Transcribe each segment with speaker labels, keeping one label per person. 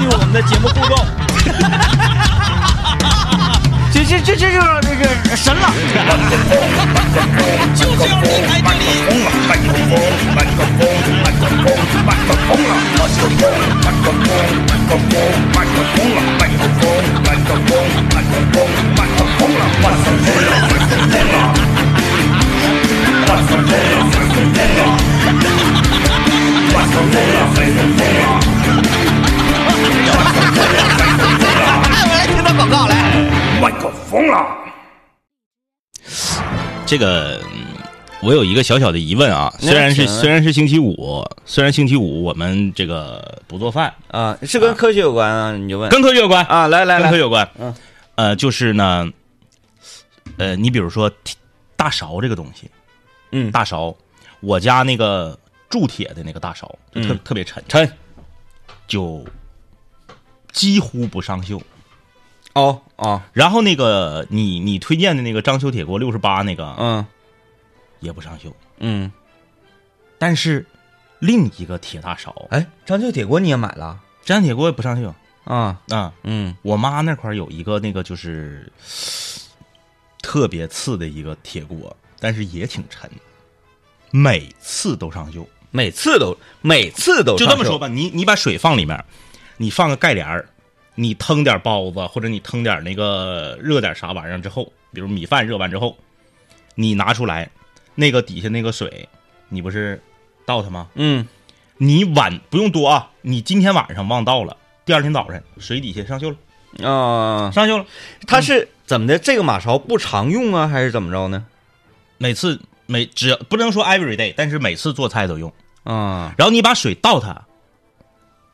Speaker 1: 与我们的节目互动。
Speaker 2: 这这这这就是这个神了。
Speaker 1: 就是要离开这里。
Speaker 2: 哎，我来听他广告来。
Speaker 3: 麦克风了。
Speaker 1: 这个，嗯我有一个小小的疑问啊，
Speaker 2: 那
Speaker 1: 虽然是
Speaker 2: 请问
Speaker 1: 虽然是星期五，虽然星期五我们这个不做饭，
Speaker 2: 啊，是跟科学有关啊？你就问。
Speaker 1: 跟科学有关，
Speaker 2: 啊，来来
Speaker 1: 跟科学
Speaker 2: 来，
Speaker 1: 有关。
Speaker 2: 嗯，
Speaker 1: 呃，就是呢，呃，你比如说大勺这个东西，
Speaker 2: 嗯
Speaker 1: 大勺，我家那个铸铁的那个大勺，就特、
Speaker 2: 嗯
Speaker 1: 特别沉，沉，就几乎不上锈。
Speaker 2: 哦哦，
Speaker 1: 然后那个你你推荐的那个章丘铁锅六十八那个、
Speaker 2: 嗯
Speaker 1: 也不上锈，
Speaker 2: 嗯，
Speaker 1: 但是另一个铁大勺，
Speaker 2: 哎，章丘铁锅你也买了
Speaker 1: 粘铁锅也不上锈
Speaker 2: 啊？
Speaker 1: 啊。
Speaker 2: 嗯
Speaker 1: 我妈那块儿有一个那个就是特别次的一个铁锅，但是也挺沉，每次都上锈。，
Speaker 2: 每次都每次都
Speaker 1: 就这么说
Speaker 2: 吧。
Speaker 1: 吧，你你把水放里面，你放个盖帘儿，你腾点包子或者你腾点那个热点啥玩意儿之后，比如米饭热完之后，你拿出来，那个底下那个水，你不是倒它吗？
Speaker 2: 嗯，
Speaker 1: 你晚不用多啊，你今天晚上忘倒了，第二天早晨水底下上锈了，
Speaker 2: 啊，
Speaker 1: 上锈了。
Speaker 2: 它是怎么的？这个马勺不常用啊，还是怎么着呢？
Speaker 1: 每次每只要不能说 every day，但是每次做菜都用。
Speaker 2: 啊，
Speaker 1: 然后你把水倒它，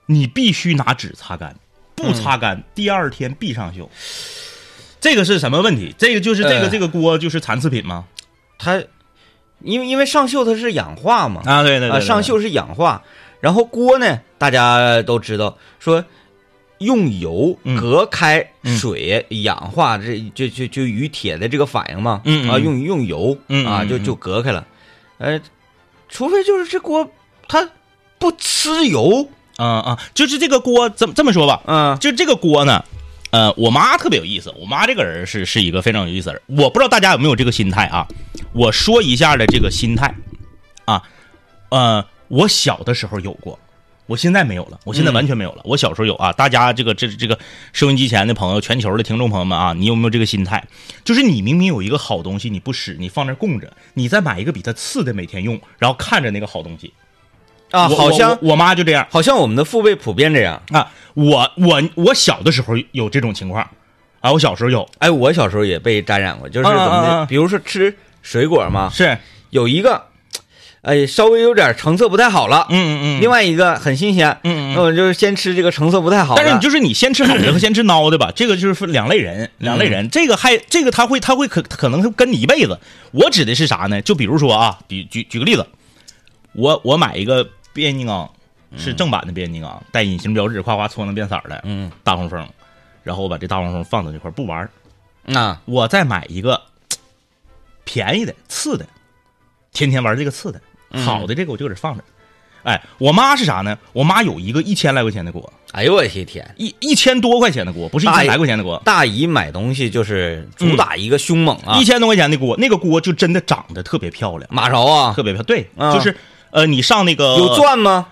Speaker 1: 你必须拿纸擦干，不擦干、第二天必上锈。这个是什么问题？这个就是这个、
Speaker 2: 呃
Speaker 1: 这个锅就是残次品吗？
Speaker 2: 它因为因为上锈它是氧化嘛，
Speaker 1: 啊，对对
Speaker 2: 啊，上锈是氧化，然后锅呢，大家都知道说。用油
Speaker 1: 嗯
Speaker 2: 隔开
Speaker 1: 嗯
Speaker 2: 水氧化，这就就就与铁的这个反应嘛，
Speaker 1: 嗯嗯
Speaker 2: 啊，
Speaker 1: 嗯
Speaker 2: 用用油
Speaker 1: 嗯
Speaker 2: 啊，
Speaker 1: 嗯
Speaker 2: 就
Speaker 1: 嗯
Speaker 2: 就隔开了，呃，除非就是这锅它不吃油，
Speaker 1: 啊啊，就是这个锅这么这么说吧，
Speaker 2: 嗯
Speaker 1: 就这个锅呢，呃，我妈特别有意思。我妈这个人是是一个非常有意思的人。我不知道大家有没有这个心态啊？我说一下的这个心态啊，呃，我小的时候有过，我现在没有了，我现在完全没有了。
Speaker 2: 嗯
Speaker 1: 我小时候有啊，大家这个这这个收音机前的朋友，全球的听众朋友们啊，你有没有这个心态？就是你明明有一个好东西，你不使，你放那儿供着，你再买一个比它次的每天用，然后看着那个好东西
Speaker 2: 啊，
Speaker 1: 我
Speaker 2: 好
Speaker 1: 我
Speaker 2: 像
Speaker 1: 我我妈就这样。
Speaker 2: 好像我们的父辈普遍这样。
Speaker 1: 啊，我我我小的时候有这种情况，啊，我小时候有
Speaker 2: 哎，我小时候也被沾染过，就是怎么的，
Speaker 1: 啊啊啊
Speaker 2: 比如说吃水果嘛，
Speaker 1: 是，
Speaker 2: 有一个，哎，稍微有点成色不太好了，
Speaker 1: 嗯嗯嗯，
Speaker 2: 另外一个很新鲜，
Speaker 1: 嗯嗯嗯
Speaker 2: 那我就是先吃这个成色不太好的，
Speaker 1: 但是你就是你先吃好的和先吃孬的吧，这个就是分两类人，两类
Speaker 2: 嗯
Speaker 1: 人。这个还这个他会他会可可能会跟你一辈子。我指的是啥呢？就比如说啊，举举举个例子，我我买一个变形金刚，是正版的变形金刚，带隐形标志，夸夸搓能变色儿的，
Speaker 2: 嗯，
Speaker 1: 大黄蜂，然后我把这大黄蜂放到这块儿不玩儿，
Speaker 2: 啊，
Speaker 1: 我再买一个嘖便宜的次的，天天玩这个次的，
Speaker 2: 嗯
Speaker 1: 好的这个我就搁这放着。哎，我妈是啥呢？我妈有一个一千来块钱的锅，
Speaker 2: 哎呦我的天，
Speaker 1: 一一千多块钱的锅，不是一
Speaker 2: 大
Speaker 1: 千
Speaker 2: 爷
Speaker 1: 来块钱的锅，
Speaker 2: 大姨买东西就是主打一个凶猛啊，
Speaker 1: 一千多块钱的锅，那个锅就真的长得特别漂亮，
Speaker 2: 马勺啊
Speaker 1: 特，别漂亮。对，
Speaker 2: 啊
Speaker 1: 就是呃，你上那个
Speaker 2: 有钻吗？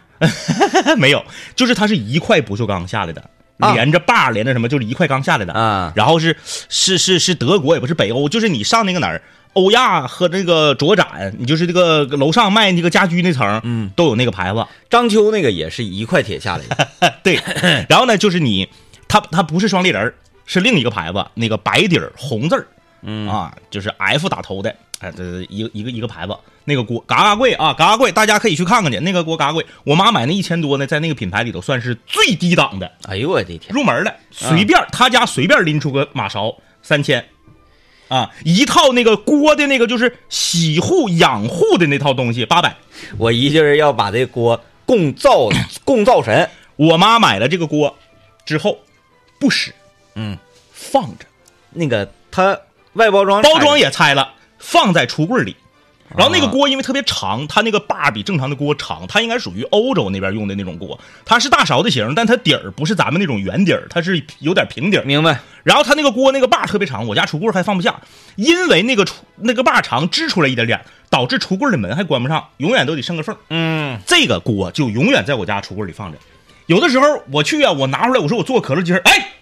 Speaker 1: 没有？就是它是一块不锈钢下来的，
Speaker 2: 啊
Speaker 1: 连着把儿连着什么，就是一块钢下来的
Speaker 2: 啊
Speaker 1: 然后是是是是德国，也不是北欧，就是你上那个哪儿，欧亚和那个卓展，你就是这个楼上卖那个家居那层，嗯，都有那个牌子。
Speaker 2: 章丘那个也是一块铁下来的，
Speaker 1: 对，然后呢，就是你，它它不是双立人儿，是另一个牌子，那个白底儿红字儿，嗯啊，就是 F 打头的，哎，这这一个一个一个牌子，那个锅嘎嘎贵啊，嘎嘎贵，大家可以去看看去，那个锅嘎贵。我妈买那一千多呢，在那个品牌里头算是最低档的
Speaker 2: 哎呦我的天，
Speaker 1: 入门的，随便他家随便拎出个马勺三千。啊，一套那个锅的那个就是洗护养护的那套东西八百，
Speaker 2: 我姨就是要把这锅供灶 供灶神，
Speaker 1: 我妈买了这个锅之后不使，
Speaker 2: 嗯，
Speaker 1: 放着，
Speaker 2: 那个它外包装
Speaker 1: 包装
Speaker 2: 也
Speaker 1: 也拆了，放在橱柜里。然后那个锅因为特别长，它那个把儿比正常的锅长，它应该属于欧洲那边用的那种锅，它是大勺子型，但它底儿不是咱们那种圆底儿，它是有点平底儿。
Speaker 2: 明白？
Speaker 1: 然后它那个锅那个把儿特别长，我家橱柜儿还放不下，因为那个橱那个把儿长支出来一点点，导致橱柜儿的门还关不上，永远都得剩个缝儿。
Speaker 2: 嗯，
Speaker 1: 这个锅就永远在我家橱柜里放着。有的时候我去啊，我拿出来，我说我做可乐鸡儿，哎，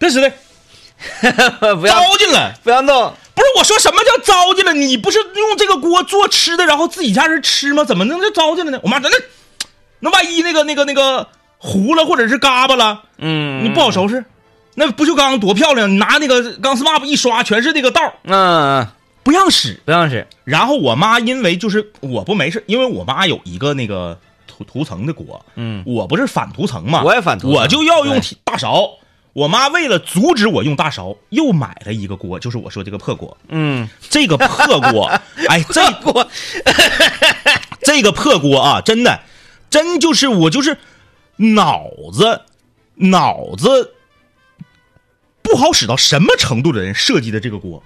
Speaker 1: 别死的，
Speaker 2: 不要
Speaker 1: 糟践了。
Speaker 2: 不要弄，
Speaker 1: 不是我说什么叫糟践了？你不是用这个锅做吃的，然后自己家人吃吗？怎么能就糟践了呢？我妈说那那万一那个那个那个糊了或者是嘎巴了，
Speaker 2: 嗯
Speaker 1: 你不好收拾，那不锈钢多漂亮，你拿那个钢丝袜一刷，全是那个道儿
Speaker 2: 嗯，嗯
Speaker 1: 不让使。
Speaker 2: 不让使，
Speaker 1: 然后我妈因为就是我不没事，因为我妈有一个那个涂涂层的锅，
Speaker 2: 嗯，
Speaker 1: 我不是反涂层嘛，
Speaker 2: 我也反涂层
Speaker 1: 我就要用
Speaker 2: 对
Speaker 1: 提大勺。我妈为了阻止我用大勺，又买了一个锅，就是我说这个破锅。
Speaker 2: 嗯，
Speaker 1: 这个破锅，哎，这
Speaker 2: 锅，
Speaker 1: 这个破锅啊，真的，真就是我就是脑子脑子不好使到什么程度的人设计的这个锅，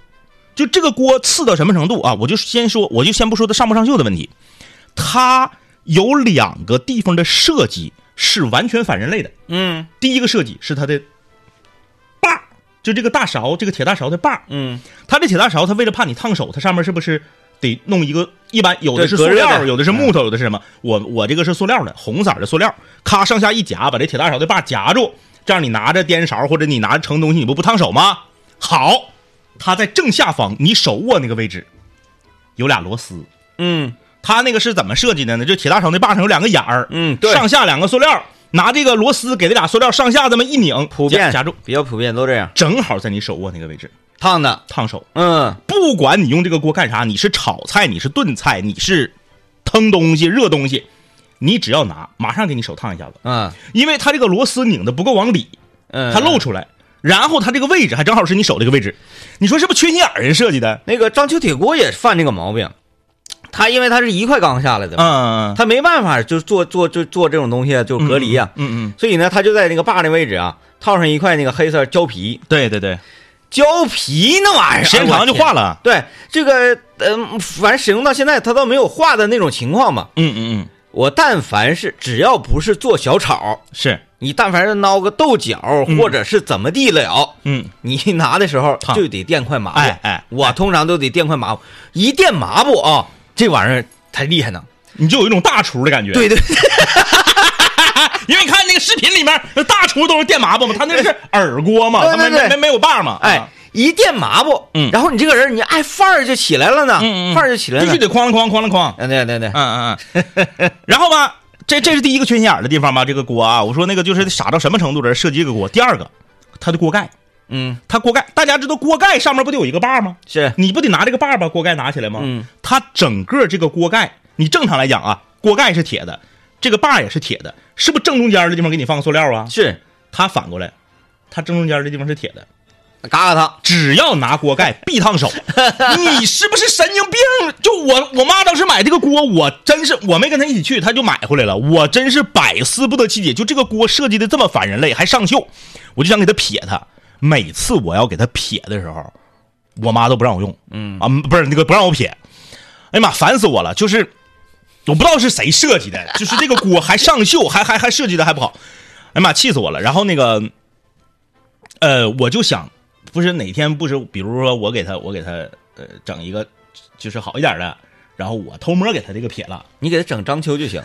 Speaker 1: 就这个锅次到什么程度啊？我就先说，我就先不说它上不上锈的问题，它有两个地方的设计是完全反人类的。
Speaker 2: 嗯
Speaker 1: 第一个设计是它的把儿，就这个大勺，这个铁大勺的把儿，
Speaker 2: 嗯，
Speaker 1: 它这铁大勺，它为了怕你烫手，它上面是不是得弄一个？一般有的是塑
Speaker 2: 对隔热
Speaker 1: 料，
Speaker 2: 的
Speaker 1: 有的是木头，有的是什么？嗯我我这个是塑料的，红色的塑料，咔上下一夹，把这铁大勺的把夹住，这样你拿着颠勺或者你拿着盛东西，你不不烫手吗？好，它在正下方，你手握那个位置有俩螺丝。
Speaker 2: 嗯
Speaker 1: 它那个是怎么设计的呢？就铁大勺那把上有两个眼儿，
Speaker 2: 嗯对
Speaker 1: 上下两个塑料，拿这个螺丝给这俩塑料上下这么一拧，
Speaker 2: 普遍
Speaker 1: 夹夹住，
Speaker 2: 比较普遍都这样，
Speaker 1: 正好在你手握那个位置
Speaker 2: 烫的，
Speaker 1: 烫手。
Speaker 2: 嗯
Speaker 1: 不管你用这个锅干啥，你是炒菜，你是炖菜，你是腾东西、热东西，你只要拿，马上给你手烫一下子，
Speaker 2: 嗯
Speaker 1: 因为它这个螺丝拧的不够往里，
Speaker 2: 嗯，
Speaker 1: 它露出来，然后它这个位置还正好是你手这个位置，你说是不是缺心眼儿人设计的？
Speaker 2: 那个章丘铁锅也犯这个毛病，它因为它是一块钢下来的嘛，
Speaker 1: 嗯，
Speaker 2: 它没办法，就是做做就做这种东西啊就是隔离呀、
Speaker 1: 嗯嗯，
Speaker 2: 所以呢，它就在那个把的位置啊，套上一块那个黑色胶皮，
Speaker 1: 对对对，
Speaker 2: 胶皮那玩意儿
Speaker 1: 时间长了就。
Speaker 2: 哎我天
Speaker 1: 化了。
Speaker 2: 对这个，嗯，反正使用到现在，它都没有化的那种情况嘛。
Speaker 1: 嗯嗯嗯，
Speaker 2: 哎我但凡是只要不是做小炒，
Speaker 1: 是，
Speaker 2: 你但凡是挠个豆角或者是怎么地了，
Speaker 1: 嗯，
Speaker 2: 你一拿的时候
Speaker 1: 烫
Speaker 2: 就得垫块麻布。
Speaker 1: 啊哎哎
Speaker 2: 我通常都得垫块麻布，一垫麻布啊，这玩意儿才厉害呢。
Speaker 1: 你就有一种大厨的感觉。，
Speaker 2: 对对，
Speaker 1: 因为你看那个视频里面，那大厨都是电麻布嘛，他那个是耳锅嘛，
Speaker 2: 对
Speaker 1: 他没
Speaker 2: 对对
Speaker 1: 没没没有把嘛。
Speaker 2: 哎
Speaker 1: 啊，，
Speaker 2: 一垫麻布，
Speaker 1: 嗯
Speaker 2: 然后你这个人，你哎范儿就起来了呢，
Speaker 1: 嗯嗯嗯
Speaker 2: 范儿就起来
Speaker 1: 必
Speaker 2: 了
Speaker 1: 须。得哐啷哐啷哐啷哐。
Speaker 2: 嗯，对对对，
Speaker 1: 嗯嗯 嗯，然后吧，这这是第一个缺心眼儿的地方吧？这个锅啊，我说那个就是傻到什么程度的人设计这个锅。第二个，它的锅盖，
Speaker 2: 嗯，
Speaker 1: 它锅盖，大家知道锅盖上面不得有一个把儿吗？
Speaker 2: 是，
Speaker 1: 你不得拿这个把儿把锅盖拿起来吗？
Speaker 2: 嗯，
Speaker 1: 它整个这个锅盖，你正常来讲啊，锅盖是铁的，这个把儿也是铁的，是不是正中间儿的地方给你放个塑料啊？
Speaker 2: 是，
Speaker 1: 它反过来，它正中间儿的地方是铁的。
Speaker 2: 嘎嘎烫，
Speaker 1: 只要拿锅盖必烫手。你是不是神经病？就我我妈当时买这个锅，我真是我没跟她一起去，她就买回来了，我真是百思不得其解。就这个锅设计的这么反人类，还上锈，我就想给它撇它。每次我要给它撇的时候，我妈都不让我用，嗯啊，不是那个不让我撇。哎呀妈，烦死我了！就是我不知道是谁设计的，就是这个锅还上锈，还还还设计的还不好。哎呀妈，气死我了！然后那个，呃，我就想，不是哪天不是，比如说我给他，我给他，呃，整一个就是好一点的，然后我偷摸给他这个撇 了，
Speaker 2: 你给他整章丘就 行，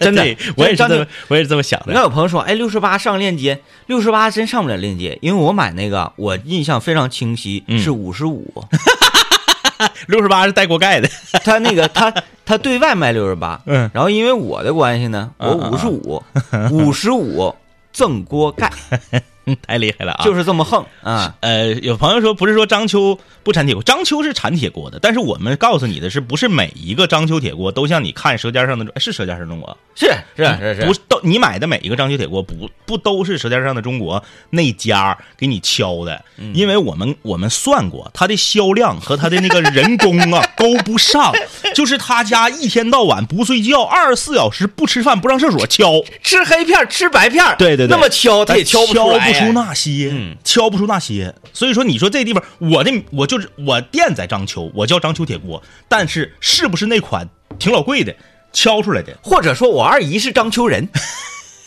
Speaker 2: 真的
Speaker 1: 对，我也是
Speaker 2: 章
Speaker 1: 这
Speaker 2: 丘
Speaker 1: 么。，我也是这么想
Speaker 2: 你看
Speaker 1: 的。
Speaker 2: 有朋友说，哎，六十八上链接，六十八真上不了链接，因为我买那个，我印象非常清晰，
Speaker 1: 嗯
Speaker 2: 是五十五，
Speaker 1: 六十八是带锅盖的，
Speaker 2: 他那个他他对外卖六十八，
Speaker 1: 嗯
Speaker 2: 然后因为我的关系呢，我
Speaker 1: 嗯嗯
Speaker 2: 五十五，五十五赠锅盖，
Speaker 1: 太厉害了啊！
Speaker 2: 就是这么横啊，
Speaker 1: 呃，有朋友说不是说章丘不产铁锅，章丘是产铁锅的，但是我们告诉你的是，不是每一个章丘铁锅都像你看《舌尖上的中》哎是《舌尖上的中国》
Speaker 2: 是是啊是是，
Speaker 1: 不是都你买的每一个章丘铁锅不不都是《舌尖上的中国》那家给你敲的，
Speaker 2: 嗯
Speaker 1: 因为我们我们算过它的销量和它的那个人工啊 勾不上，就是他家一天到晚不睡觉，二十四小时不吃饭不上厕所敲，
Speaker 2: 吃黑片儿吃白片儿，
Speaker 1: 对对对
Speaker 2: 那么敲他也
Speaker 1: 敲
Speaker 2: 敲不出
Speaker 1: 不
Speaker 2: 来，
Speaker 1: 出那些，
Speaker 2: 嗯
Speaker 1: 敲不出那些。所以说，你说这地方，我这我就是我店在章丘，我叫章丘铁锅，但是是不是那款挺老贵的敲出来的？
Speaker 2: 或者说我二姨是章丘 人，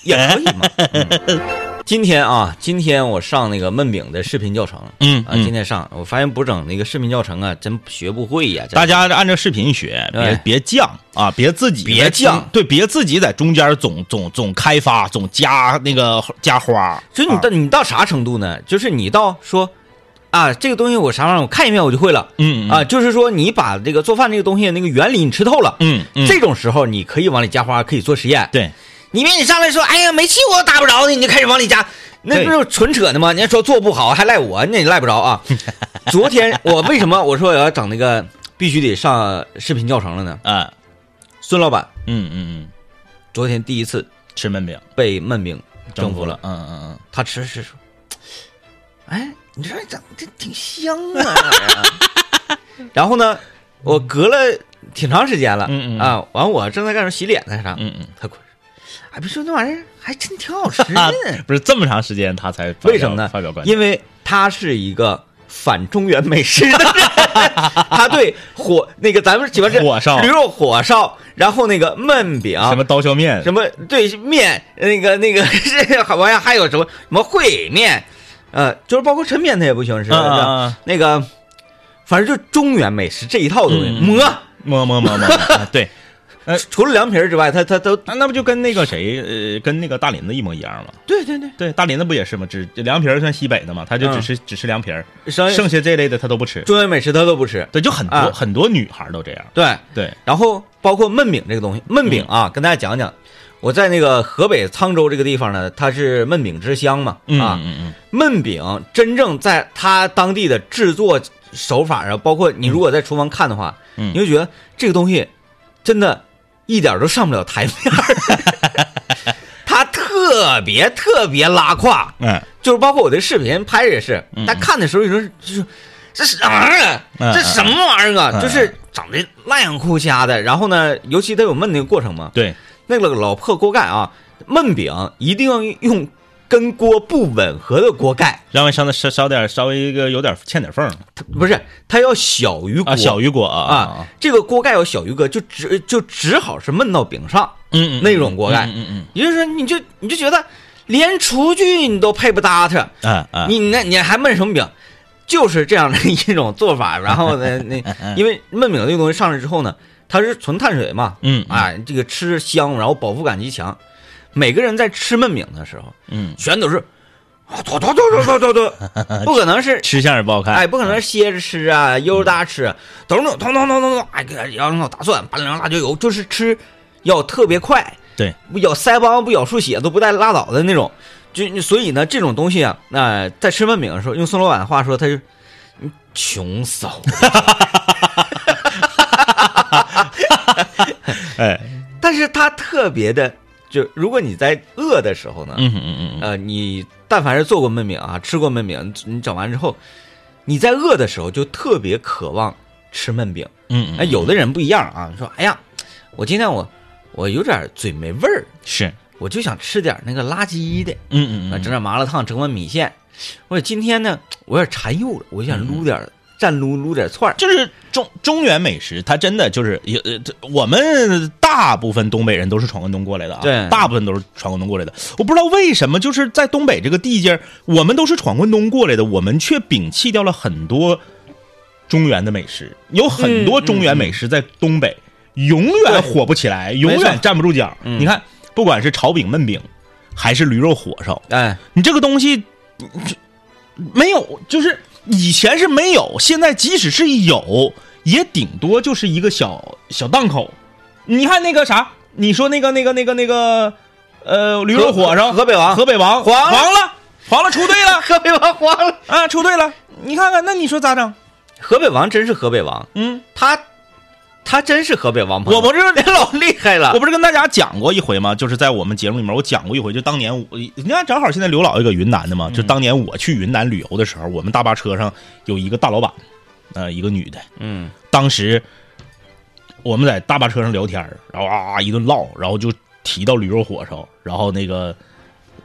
Speaker 2: 也可以嘛。嗯今天啊，今天我上那个焖饼的视频教程，
Speaker 1: 嗯
Speaker 2: 啊，今天上，我发现不整那个视频教程啊，真学不会呀、
Speaker 1: 大
Speaker 2: 家
Speaker 1: 家按照视频学，
Speaker 2: 对
Speaker 1: 别别犟啊，别自己
Speaker 2: 别犟
Speaker 1: 对，别自己在中间总总总开发，总加那个加花，
Speaker 2: 就你到、你到啥程度呢？就是你到说啊，这个东西我啥玩意儿，我看一遍我就会了。
Speaker 1: 嗯嗯
Speaker 2: 啊，就是说你把这个做饭这个东西那个原理你吃透了，
Speaker 1: 嗯嗯
Speaker 2: 这种时候你可以往里加花，可以做实验。
Speaker 1: 对
Speaker 2: 你别你上来说，哎呀，煤气我打不着你，你就开始往里加，那
Speaker 1: 对
Speaker 2: 不是纯扯呢吗？你还说做不好还赖我，那你赖不 着啊。昨天我为什么我说我要整那个必须得上视频教程了呢？
Speaker 1: 啊，
Speaker 2: 孙老板
Speaker 1: 嗯嗯嗯，
Speaker 2: 昨天第一次
Speaker 1: 吃焖饼
Speaker 2: 被焖饼征服
Speaker 1: 服
Speaker 2: 了，，
Speaker 1: 嗯嗯嗯，
Speaker 2: 他吃着吃着说，哎，你这整这挺香啊。 然后呢，我隔了挺长时间了，
Speaker 1: 嗯嗯
Speaker 2: 啊，完我正在干什么洗脸呢啥，
Speaker 1: 嗯嗯
Speaker 2: 他过来说，哎，别说那玩意儿还真挺好吃
Speaker 1: 啊
Speaker 2: 的。，
Speaker 1: 不是这么长时间他才发表
Speaker 2: 为什么呢？
Speaker 1: 发表观点，
Speaker 2: 因为他是一个反中原美食的人，他对火那个咱们喜欢吃
Speaker 1: 火烧
Speaker 2: 驴肉火烧，然后那个焖饼，
Speaker 1: 什么刀削面，
Speaker 2: 啊 什么对面那个那个 是好玩意儿，还有什么什么烩面，呃，就是包括抻面他也不喜欢吃，
Speaker 1: 啊啊
Speaker 2: 是吧
Speaker 1: 啊
Speaker 2: 那个反正就中原美食这一套东西，
Speaker 1: 嗯嗯
Speaker 2: 馍、
Speaker 1: 么么么 么，啊对，
Speaker 2: 除了凉皮儿之外，他他都
Speaker 1: 那那不就跟那个谁呃，跟那个大林子一模一样吗？
Speaker 2: 对对对，
Speaker 1: 对，大林子不也是吗？只凉皮儿算西北的嘛，他就只
Speaker 2: 嗯
Speaker 1: 吃、只吃凉皮儿，
Speaker 2: 剩
Speaker 1: 剩下这类的他都不吃。
Speaker 2: 中原美食他都不吃，
Speaker 1: 对，就很多、
Speaker 2: 呃啊
Speaker 1: 很多女孩都这样。
Speaker 2: 对。
Speaker 1: 对，
Speaker 2: 然后包括焖饼这个东西，焖
Speaker 1: 嗯
Speaker 2: 饼啊，跟大家讲讲，我在那个河北沧州这个地方呢，它是焖饼之乡嘛，
Speaker 1: 嗯
Speaker 2: 啊，
Speaker 1: 嗯嗯
Speaker 2: 焖饼真正在它当地的制作手法啊，包括你如果在厨房看的话，
Speaker 1: 嗯
Speaker 2: 你会觉得这个东西真的一点都上不了台面 儿它特别特别拉胯，
Speaker 1: 嗯，
Speaker 2: 就是包括我的视频拍着也是，大家看的时候有时候就是这啥玩意儿
Speaker 1: 嗯
Speaker 2: 啊？这什么玩意儿
Speaker 1: 嗯
Speaker 2: 啊？就是长得烂眼哭瞎的。然后呢，尤其它有焖那个过程嘛，
Speaker 1: 对，
Speaker 2: 那个老破锅盖啊，焖饼一定要用跟锅不吻合的锅盖，
Speaker 1: 让我稍微稍稍点稍微一个有点欠点缝儿
Speaker 2: 它不是它要小于锅
Speaker 1: 啊，小于果啊
Speaker 2: 啊，，这个锅盖要小于锅，就只就只好是焖到饼上。
Speaker 1: 嗯嗯，
Speaker 2: 那种锅盖
Speaker 1: 嗯嗯
Speaker 2: 也就是说，你就你就觉得连厨具你都配不搭它。
Speaker 1: 嗯，啊啊，
Speaker 2: 你那你还焖什么饼？就是这样的一种做法。然 后呢，那
Speaker 1: 嗯
Speaker 2: 因为焖饼这个东西上来之后呢，它是纯碳水嘛，
Speaker 1: 嗯
Speaker 2: 啊，这个吃香，然后饱腹感极强。每个人在吃焖饼的时候，
Speaker 1: 嗯，
Speaker 2: 全都是，啊，嘟嘟嘟嘟嘟嘟 嘟，不可能是，
Speaker 1: 吃相也不好看，
Speaker 2: 哎，不可能是歇着吃啊，悠着哒吃啊，都是那种咚咚咚咚咚，哎，给摇两口大蒜，拌两口辣椒油，就是吃要特别快，
Speaker 1: 对，
Speaker 2: 不咬腮帮不咬出血都不带拉倒的那种。就就所以呢，这种东西啊，那、在吃焖饼的时候，用宋老板的话说，他就嗯穷骚。
Speaker 1: 哎，
Speaker 2: 但是他特别的，就如果你在饿的时候呢，
Speaker 1: 嗯嗯嗯嗯
Speaker 2: 呃，你但凡是做过焖饼啊，吃过焖饼，你整完之后，你在饿的时候就特别渴望吃焖饼。
Speaker 1: 嗯嗯，
Speaker 2: 哎，有的人不一样啊，说哎呀，我今天我我有点嘴没味儿，
Speaker 1: 是，
Speaker 2: 我就想吃点那个垃圾的。
Speaker 1: 嗯嗯
Speaker 2: 啊，
Speaker 1: 嗯，
Speaker 2: 整点麻辣烫，整碗米线。我今天呢，我有点馋又了，我就想撸点儿蘸撸撸点串儿。
Speaker 1: 就是中中原美食，它真的就是有呃，这我们大部分东北人都是闯关东过来的啊，
Speaker 2: 对
Speaker 1: 大部分都是闯关东过来的。我不知道为什么，就是在东北这个地界儿，我们都是闯关东过来的，我们却摒弃掉了很多中原的美食，有很多中原美食在东北、永远火不起来，永
Speaker 2: 嗯没
Speaker 1: 远
Speaker 2: 错
Speaker 1: 站不住脚。
Speaker 2: 嗯
Speaker 1: 你看，不管是炒饼、焖饼，还是驴肉火烧，
Speaker 2: 哎，
Speaker 1: 你这个东西嗯这没有，就是以前是没有，现在即使是有，也顶多就是一个小小档口。你看那个啥，你说那个那个那个那个，呃，驴肉火烧，
Speaker 2: 河河北王
Speaker 1: 河北王
Speaker 2: 黄了
Speaker 1: 黄了，黄了，出队了
Speaker 2: 哎河北王黄了，
Speaker 1: 啊，出队了。你看看，那你说咋整？
Speaker 2: 河北王真是河北王，
Speaker 1: 嗯，
Speaker 2: 他他真是河北王朋友。
Speaker 1: 我不是
Speaker 2: 老厉害了
Speaker 1: 我，不是跟大家讲过一回吗？就是在我们节目里面，我讲过一回，就当年我，你看正好现在刘老一个云南的
Speaker 2: 嗯
Speaker 1: 嘛，就当年我去云南旅游的时候，我们大巴车上有一个大老板，呃，一个女的，
Speaker 2: 嗯
Speaker 1: 当时我们在大巴车上聊天儿，然后啊一顿唠，然后就提到驴肉火烧，然后那个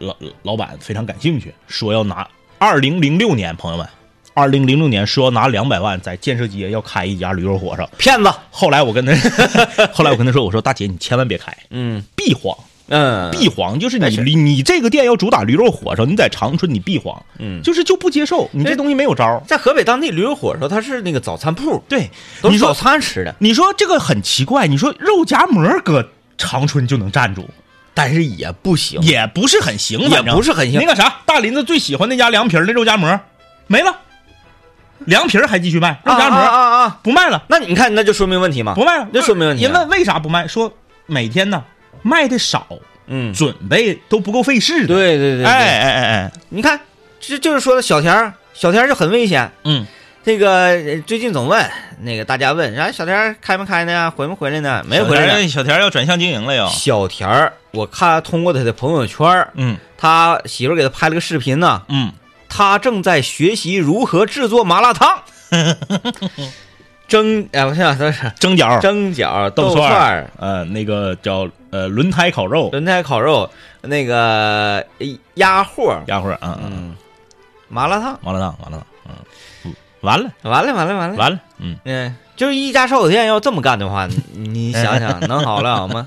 Speaker 1: 老老板非常感兴趣，说要拿二零零六年，朋友们，二零零六年说要拿两百万在建设街要开一家驴肉火烧。
Speaker 2: 骗子，
Speaker 1: 后来我跟他， 后来我跟他说，我说大姐你千万别开，
Speaker 2: 嗯
Speaker 1: 必黄。
Speaker 2: 嗯，
Speaker 1: 必黄就是你
Speaker 2: 哎是
Speaker 1: 你你这个店要主打驴肉火烧，你在长春你必黄，
Speaker 2: 嗯
Speaker 1: 就是就不接受，你这
Speaker 2: 哎
Speaker 1: 东西没有招儿。
Speaker 2: 在河北当地驴肉火烧，它是那个早餐铺，
Speaker 1: 对，
Speaker 2: 都
Speaker 1: 你
Speaker 2: 是
Speaker 1: 说
Speaker 2: 早餐吃的，
Speaker 1: 你说这个很奇怪，你说肉夹馍搁长春就能站住，
Speaker 2: 但是也不行，
Speaker 1: 也不是很行，
Speaker 2: 嗯也
Speaker 1: 反正
Speaker 2: 不是很行
Speaker 1: 那个啥，大林子最喜欢那家凉皮儿那肉夹馍没了，凉皮儿还继续卖，肉夹
Speaker 2: 啊
Speaker 1: 馍
Speaker 2: 啊啊啊！
Speaker 1: 不卖了，
Speaker 2: 那你看，那就说明问题嘛，
Speaker 1: 不卖了，
Speaker 2: 那说明问题啊
Speaker 1: 人问为啥不卖，说每天呢卖的少，
Speaker 2: 嗯，
Speaker 1: 准备都不够费事。，
Speaker 2: 对对对，对
Speaker 1: 哎，哎哎哎，
Speaker 2: 你看，这就是说的小田儿，小田儿就很危险。
Speaker 1: 嗯，
Speaker 2: 这个呃最近总问那个大家问，啥小田儿开没开呢呀？回没回来呢？没回来呢。
Speaker 1: 小田要转向经营了又
Speaker 2: 小田儿，我看通过他的朋友圈儿，
Speaker 1: 嗯
Speaker 2: 他媳妇儿给他拍了个视频呢，
Speaker 1: 嗯，
Speaker 2: 他正在学习如何制作麻辣烫，蒸 哎，我想想，是
Speaker 1: 蒸饺、
Speaker 2: 蒸饺、
Speaker 1: 豆
Speaker 2: 豆串
Speaker 1: 儿
Speaker 2: 儿、，
Speaker 1: 呃，那个叫呃轮胎烤肉，
Speaker 2: 轮胎烤肉、那个呃鸭货，
Speaker 1: 家伙儿，嗯嗯嗯，
Speaker 2: 嗯，麻辣烫，
Speaker 1: 完了烫，完了烫，嗯，不完了
Speaker 2: 完了完了完了。
Speaker 1: 完了，嗯，
Speaker 2: 嗯，就是一家烧烤店要这么干的话，你你想想能好了吗？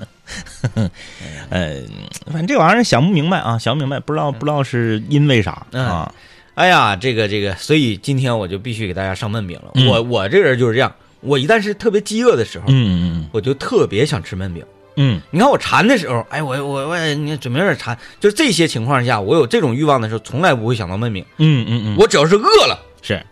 Speaker 1: 呃，反正这玩意儿想不明白啊，想不明白，不知道不知道是因为啥
Speaker 2: 嗯
Speaker 1: 啊，
Speaker 2: 哎呀，这个这个，所以今天我就必须给大家上焖饼了。
Speaker 1: 嗯
Speaker 2: 我我这人就是这样，我一旦是特别饥饿的时候，
Speaker 1: 嗯嗯
Speaker 2: 我就特别想吃焖饼。
Speaker 1: 嗯
Speaker 2: 你看我馋的时候，哎，我我我，你准备有点馋，就是这些情况下，我有这种欲望的时候，从来不会想到焖饼。
Speaker 1: 嗯嗯嗯，
Speaker 2: 我只要是饿了，
Speaker 1: 是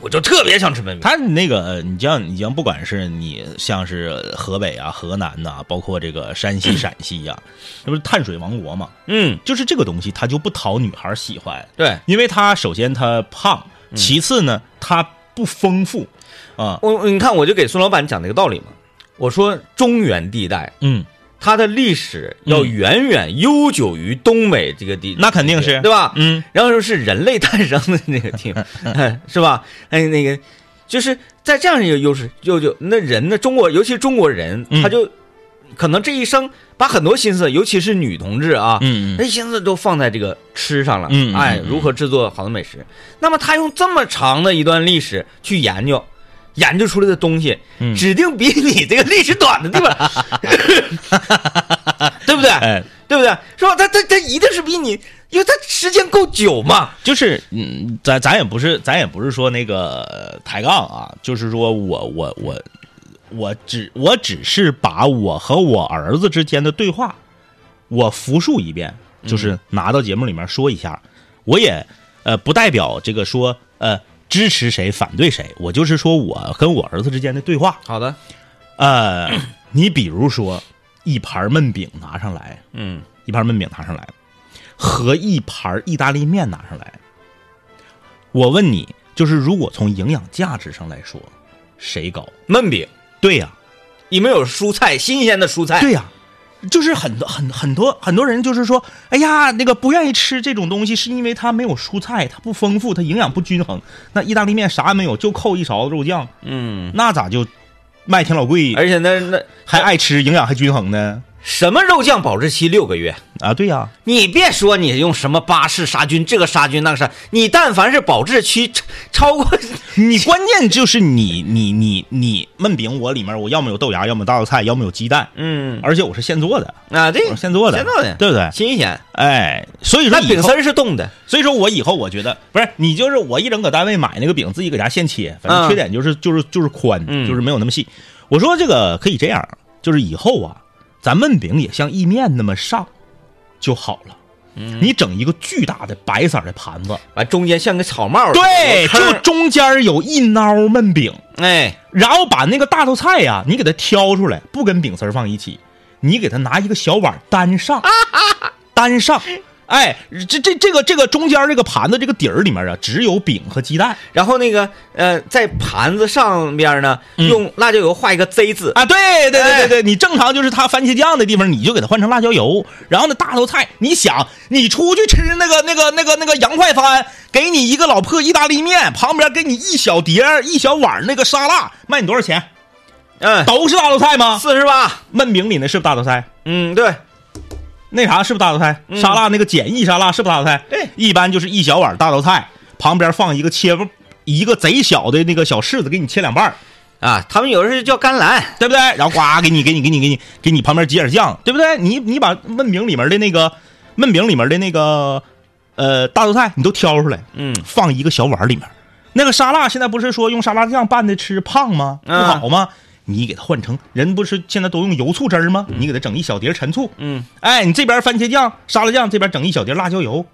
Speaker 2: 我就特别想吃焖饼。
Speaker 1: 他那个，呃你像你像，不管是你像是河北啊、河南呐、包括这个山西、陕西呀、 那不是碳水王国嘛？
Speaker 2: 嗯，
Speaker 1: 就是这个东西，它就不讨女孩喜欢，
Speaker 2: 对
Speaker 1: 因为它首先它胖，其次呢它不丰富，啊，
Speaker 2: 我，你看我就给孙老板讲这个道理嘛。我说中原地带
Speaker 1: 嗯，
Speaker 2: 它的历史要
Speaker 1: 嗯
Speaker 2: 远远悠久于东北这个地，
Speaker 1: 那肯定是
Speaker 2: 对吧？
Speaker 1: 嗯
Speaker 2: 然后就是人类诞生的那个 地方，哎 是吧？哎，那个就是在这样一个优势，就就那人呢，中国尤其是中国人，
Speaker 1: 嗯
Speaker 2: 他就可能这一生把很多心思，尤其是女同志啊，
Speaker 1: 嗯嗯
Speaker 2: 那心思都放在这个吃上了，
Speaker 1: 嗯嗯
Speaker 2: 哎
Speaker 1: 嗯，嗯
Speaker 2: 如何制作好的美食？那么他用这么长的一段历史去研究。研究出来的东西，
Speaker 1: 嗯
Speaker 2: 指定比你这个历史短的地方， 对不对？
Speaker 1: 哎，
Speaker 2: 对不对？是吧？他他他一定是比你，因为他时间够久嘛。
Speaker 1: 就是嗯，咱咱也不是咱也不是说那个呃抬杠啊，就是说我我我我只我只是把我和我儿子之间的对话，我复述一遍，就是拿到节目里面说一下，我也呃不代表这个说呃支持谁反对谁，我就是说我跟我儿子之间的对话，
Speaker 2: 好的，
Speaker 1: 呃， 你比如说一盘焖饼拿上来，
Speaker 2: 嗯，
Speaker 1: 一盘焖饼拿上来，和一盘意大利面拿上来。我问你，就是如果从营养价值上来说，谁高？
Speaker 2: 焖饼
Speaker 1: 对呀、
Speaker 2: 里面有蔬菜，新鲜的蔬菜。
Speaker 1: 对呀、就是很多很很多很多人就是说，哎呀，那个不愿意吃这种东西，是因为它没有蔬菜，它不丰富，它营养不均衡。那意大利面啥也没有，就扣一勺子肉酱，
Speaker 2: 嗯，哎
Speaker 1: 那咋就卖挺老贵，
Speaker 2: 而且那那
Speaker 1: 还爱吃，营养还均衡呢？
Speaker 2: 什么肉酱保质期六个月？
Speaker 1: 啊，对呀、
Speaker 2: 你别说你用什么巴氏杀菌，这个杀菌那个杀，你但凡是保质期超超过，
Speaker 1: 你关键就是你你你你焖饼，我里面我要么有豆芽，要么有大头菜，要么有鸡蛋，
Speaker 2: 嗯
Speaker 1: 而且我是现做的，
Speaker 2: 啊，对
Speaker 1: 我，是现做的，
Speaker 2: 现做的
Speaker 1: 对不对？
Speaker 2: 新鲜。
Speaker 1: 哎，所以说
Speaker 2: 那
Speaker 1: 以
Speaker 2: 饼丝
Speaker 1: 后，
Speaker 2: 儿是冻的，
Speaker 1: 所以说我以后我觉得不是你就是我一整搁单位买那个饼，自己搁家现切，反正
Speaker 2: 嗯
Speaker 1: 缺点就是、就是就是宽，
Speaker 2: 嗯
Speaker 1: 就是没有那么细。我说这个可以这样，就是以后啊，咱焖饼也像意面那么上就好了。
Speaker 2: 嗯
Speaker 1: 你整一个巨大的白色的盘子，
Speaker 2: 完中间像个草帽儿似的。
Speaker 1: 对，
Speaker 2: 有坑
Speaker 1: 就
Speaker 2: 儿
Speaker 1: 中间有一孬焖饼。
Speaker 2: 哎，
Speaker 1: 然后把那个大头菜呀、你给它挑出来，不跟饼丝儿放一起，你给它拿一个小碗单上，单上。哎，这这这个这个中间这个盘子这个底儿里面啊，只有饼和鸡蛋
Speaker 2: 然后那个呃，在盘子上边呢，用辣椒油画一个 Z 字，
Speaker 1: 啊！对对对对
Speaker 2: 哎
Speaker 1: 对，你正常就是它番茄酱的地方，你就给它换成辣椒油。然后呢，大头菜，你想你出去吃那个那个那个那个洋快餐，给你一个老破意大利面，旁边给你一小碟儿一小碗儿那个沙拉，卖你多少钱？
Speaker 2: 嗯，
Speaker 1: 都是大头菜吗？
Speaker 2: 啊四十八，
Speaker 1: 焖饼里那是不是大头菜？
Speaker 2: 嗯，对，
Speaker 1: 那啥是不是大头菜？沙拉那个简易沙拉是不是大头菜？
Speaker 2: 对，
Speaker 1: 一般就是一小碗大头菜，旁边放一个切不一个贼小的那个小柿子，给你切两半儿
Speaker 2: 啊，他们有的是叫甘蓝，
Speaker 1: 对不对？然后呱给你给你给你给你给你旁边挤点酱，对不对？你你把焖饼里面的那个焖饼里面的那个呃大头菜你都挑出来，
Speaker 2: 嗯，
Speaker 1: 放一个小碗里面。那个沙拉现在不是说用沙拉酱拌的吃胖吗？不
Speaker 2: 嗯
Speaker 1: 好吗？你给它换成人不是现在都用油醋汁儿吗？你给它整一小碟儿陈醋，
Speaker 2: 嗯，
Speaker 1: 哎，你这边番茄酱、沙拉酱，这边整一小碟辣椒油，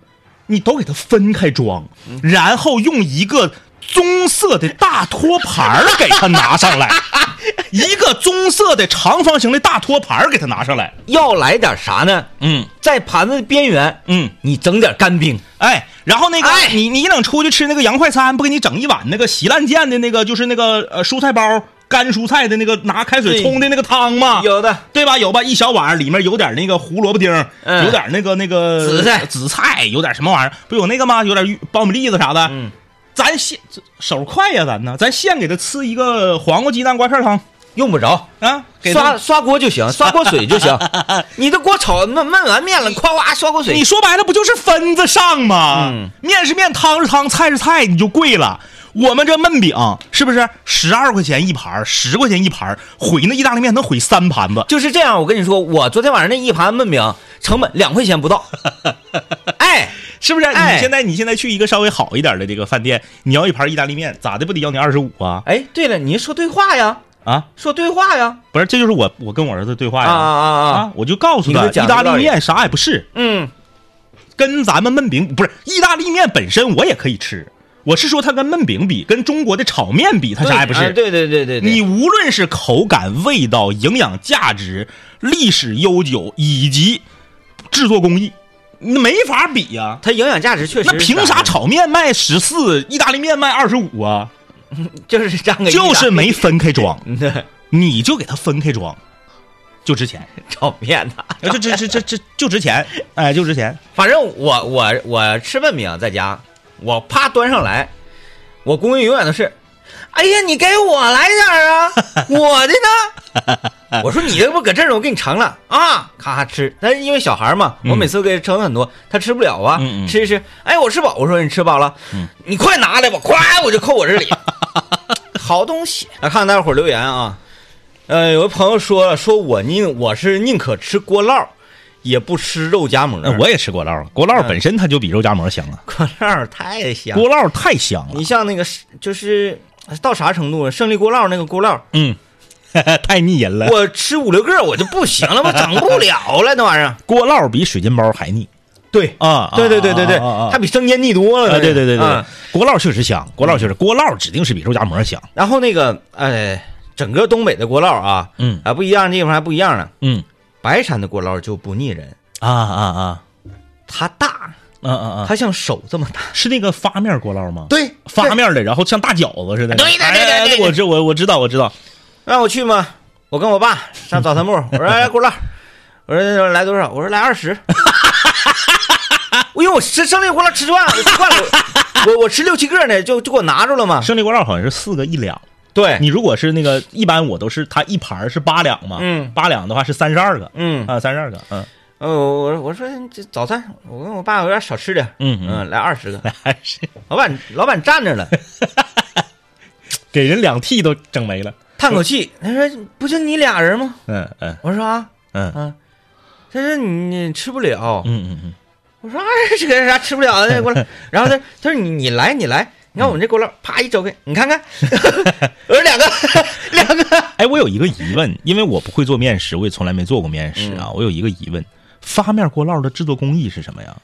Speaker 1: 你都给它分开装，
Speaker 2: 嗯
Speaker 1: 然后用一个棕色的大托盘儿给它拿上 来， 一个棕色的长方形的大托盘儿给它拿上来，
Speaker 2: 要来点啥呢？
Speaker 1: 嗯
Speaker 2: 在盘子的边缘，
Speaker 1: 嗯。
Speaker 2: 你整点干冰，
Speaker 1: 哎，然后那个、
Speaker 2: 哎
Speaker 1: 你你等出去吃那个洋快餐，不给你整一碗那个稀烂贱的那个，就是那个呃蔬菜包干蔬菜的那个拿开水
Speaker 2: 对
Speaker 1: 冲的那个汤吗？
Speaker 2: 有的
Speaker 1: 对吧？有吧？一小碗里面有点那个胡萝卜丁儿，
Speaker 2: 嗯
Speaker 1: 有点那个那个
Speaker 2: 紫菜
Speaker 1: 紫菜，有点什么玩意儿？不有那个吗？有点玉苞米粒子啥的。
Speaker 2: 嗯，
Speaker 1: 咱现手快呀、咱呢，咱现给他吃一个黄瓜鸡蛋瓜片汤
Speaker 2: 用不着。
Speaker 1: 啊，给他
Speaker 2: 刷刷锅就行，刷锅水 就行。你的锅炒焖焖完面了，夸夸刷锅水
Speaker 1: 你。说白了不就是分子上吗？
Speaker 2: 嗯
Speaker 1: 面是面，汤是汤，菜是菜，你就贵了。我们这焖饼是不是十二块钱一盘儿，十块钱一盘儿，毁那意大利面能毁三盘子？
Speaker 2: 就是这样，我跟你说，我昨天晚上那一盘焖饼成本两块钱 不到。哎，
Speaker 1: 是不是？
Speaker 2: 哎
Speaker 1: 你现在你现在去一个稍微好一点的这个饭店，你要一盘意大利面，咋的不得要你二十五啊？
Speaker 2: 哎，对了，你说对话呀，
Speaker 1: 啊，
Speaker 2: 说对话呀，
Speaker 1: 不是，这就是我我跟我儿子对话
Speaker 2: 啊
Speaker 1: 呀。
Speaker 2: 啊啊啊，
Speaker 1: 啊我就告诉
Speaker 2: 你
Speaker 1: 他，
Speaker 2: 给他讲
Speaker 1: 意大利面啥也不是，
Speaker 2: 嗯，
Speaker 1: 跟咱们焖饼不是意大利面本身我也可以吃，我是说它跟焖饼比，跟中国的炒面比，它啥也不
Speaker 2: 哎
Speaker 1: 是。
Speaker 2: 对对对对对，
Speaker 1: 你无论是口感、味道、营养价值、历史悠久以及制作工艺，那没法比呀、
Speaker 2: 它营养价值确实
Speaker 1: 那
Speaker 2: 是
Speaker 1: 凭啥炒面卖十四，意大利面卖二十五啊？
Speaker 2: 就是这样个意思啊，
Speaker 1: 就是没分开装，
Speaker 2: 对
Speaker 1: 你就给它分开装，就值 钱，
Speaker 2: 炒面的。
Speaker 1: 这这这这这就值钱，哎，就值钱。
Speaker 2: 反正我我我吃焖饼在家，我啪端上来，我公公永远都是，哎呀，你给我来点儿啊，我的呢？ 我说你这不搁这儿呢，我给你盛了啊，咔咔吃。但是因为小孩嘛，我每次都给他盛很多，他吃不了啊，
Speaker 1: 嗯嗯嗯嗯
Speaker 2: 吃一吃，哎，我吃饱，我说你吃饱了，你快拿来吧，咵我就扣我 这里，好东西。来看看大伙儿留言啊，呃，有个朋友说了，说我宁我是宁可吃锅烙，也不吃肉夹馍。
Speaker 1: 我也吃锅烙，锅烙本身它就比肉夹馍香啊，
Speaker 2: 锅烙太香
Speaker 1: 嗯
Speaker 2: 了。
Speaker 1: 锅烙太香了
Speaker 2: 你，像那个是就是到啥程度了？啊胜利锅烙那个锅烙，
Speaker 1: 嗯， 太腻人了。
Speaker 2: 我吃五六个我就不行了，我整不了了，那玩 意儿。
Speaker 1: 锅烙比水煎包还腻
Speaker 2: 对，
Speaker 1: 啊！
Speaker 2: 对对对对对
Speaker 1: 啊啊啊啊，
Speaker 2: 它比生煎腻多了。
Speaker 1: 啊，对对对对
Speaker 2: 嗯，
Speaker 1: 锅烙确实香，锅烙确实，锅烙指定是比肉夹馍香。
Speaker 2: 然后那个呃，整个东北的锅烙啊，
Speaker 1: 嗯
Speaker 2: 啊不一样的地方还不一样呢。
Speaker 1: 嗯
Speaker 2: 白山的锅烙就不腻人，
Speaker 1: 啊啊啊
Speaker 2: 它大，
Speaker 1: 啊啊啊！
Speaker 2: 它像手这么大。
Speaker 1: 是那个发面锅烙吗？
Speaker 2: 对，
Speaker 1: 发面的，然后像大饺子似的。
Speaker 2: 对对对对
Speaker 1: 哎
Speaker 2: 对对
Speaker 1: 我知我我知道我知道。
Speaker 2: 让我去吗？我跟我爸上早 餐部，我说来锅烙，我说来多少？我说来二十。 我因为我吃生那锅烙吃惯了，吃惯 了，我我我吃六七个呢，就就给我拿住了嘛。
Speaker 1: 胜利锅烙好像是四个一两，
Speaker 2: 对，
Speaker 1: 你如果是那个一般我都是它一盘儿是八两嘛，
Speaker 2: 嗯
Speaker 1: 八两的话是三十二个，
Speaker 2: 嗯，
Speaker 1: 啊三十二个，嗯
Speaker 2: 呃，我我我说这早餐，我跟我爸有点少吃点，
Speaker 1: 嗯嗯
Speaker 2: 嗯，来二十个。
Speaker 1: 还是
Speaker 2: 老板老板 站着了，
Speaker 1: 给人两屉都整没了，
Speaker 2: 叹口气，他说不就你俩人吗？
Speaker 1: 嗯嗯
Speaker 2: 我说啊，
Speaker 1: 嗯
Speaker 2: 啊，他说你你吃不了，
Speaker 1: 嗯嗯嗯，
Speaker 2: 我说二十个人啥吃不了的锅 烙，然后他他说你你来你来，你看我们这锅烙，啪一走开，你看看， 我说 两个两个，
Speaker 1: 哎，我有一个疑问，因为我不会做面食，我也从来没做过面
Speaker 2: 嗯
Speaker 1: 食啊，我有一个疑问，发面锅烙的制作工艺是什么呀？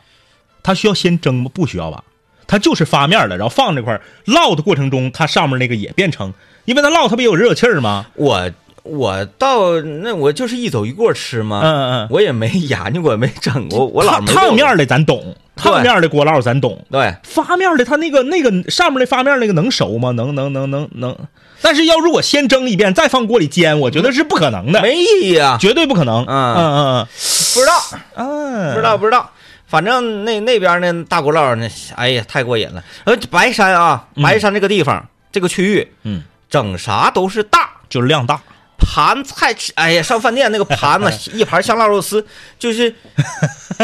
Speaker 1: 它需要先蒸吗？不需要吧？它就是发面的，然后放这块儿烙的过程中，它上面那个也变成，因为它烙它不也有热气儿吗？
Speaker 2: 我我到那我就是一走一过吃
Speaker 1: 嗯
Speaker 2: 嘛，
Speaker 1: 嗯嗯，
Speaker 2: 我也没研究过，没整过，啊我老
Speaker 1: 烫
Speaker 2: 没做过
Speaker 1: 烫面儿的咱懂，烫
Speaker 2: 对
Speaker 1: 面儿的锅烙咱懂，
Speaker 2: 对，
Speaker 1: 发面儿的，它那个那个上面的发面儿那个能熟吗？能能能能能。但是要如果先蒸一遍，再放锅里煎，我觉得是不可能的，
Speaker 2: 没意义啊，
Speaker 1: 绝对不可能。
Speaker 2: 嗯
Speaker 1: 嗯
Speaker 2: 不知道
Speaker 1: 嗯嗯，
Speaker 2: 不知道不知道。反正那那边那大锅烙那，哎呀，太过瘾了。呃，白山啊，白山这个地方，这个区域，
Speaker 1: 嗯，
Speaker 2: 整啥都是大，
Speaker 1: 就是量大。
Speaker 2: 盘菜吃，哎呀，上饭店那个 盘子一盘香辣肉丝，就是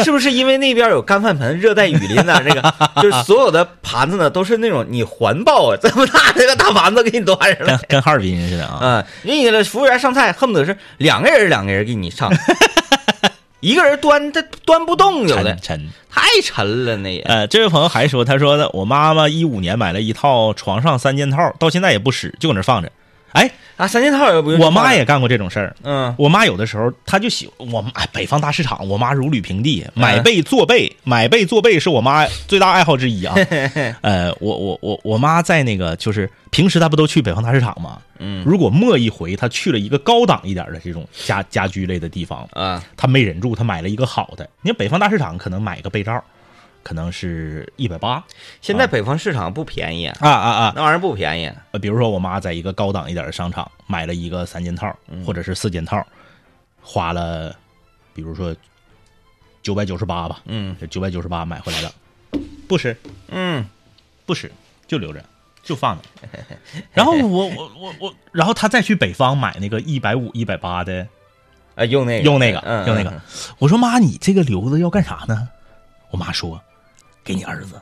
Speaker 2: 是不是因为那边有干饭盆、热带雨林呢、这个就是所有的盘子呢都是那种你环抱啊，这么大这个大盘子给你端上
Speaker 1: 跟
Speaker 2: 来。
Speaker 1: 跟哈尔滨似的啊。
Speaker 2: 啊，人家的服务员上菜恨不得是两个人两个人给你 上，一个人端他端不嗯动，有的
Speaker 1: 沉沉，
Speaker 2: 太沉了那也。
Speaker 1: 呃，这位朋友还说，他说的我妈妈一五年买了一套床上三件套，到现在也不使，就搁那儿放着。哎，
Speaker 2: 啊，三件套也不用。
Speaker 1: 我妈，也干过这种事儿。
Speaker 2: 嗯，
Speaker 1: 我妈有的时候，她就喜我妈哎，北方大市场，我妈如履平地，
Speaker 2: 嗯
Speaker 1: 买被做被，买被做被是我妈最大爱好之一 啊。呃，我我我我妈在那个就是平时她不都去北方大市场吗？
Speaker 2: 嗯，
Speaker 1: 如果末一回她去了一个高档一点的这种家家居类的地方，
Speaker 2: 啊，
Speaker 1: 她没忍住，她买了一个好的。你看北方大市场可能买个被罩，可能是一百八
Speaker 2: 现在北方市场不便宜，
Speaker 1: 啊啊啊！
Speaker 2: 那玩意儿不便宜。
Speaker 1: 呃，比如说我妈在一个高档一点的商场买了一个三件套或者是四件套，花了，比如说九百九十八吧，
Speaker 2: 嗯
Speaker 1: 这九百九十八买回来的，不使
Speaker 2: 嗯，
Speaker 1: 不使就留着就放着。 然后我我我我，然后她再去北方买那个一百五一百八的，
Speaker 2: 啊，用那个，
Speaker 1: 用那个
Speaker 2: 嗯、
Speaker 1: 用那个
Speaker 2: 嗯。
Speaker 1: 我说妈，你这个留着要干啥呢？我妈说，给你儿子。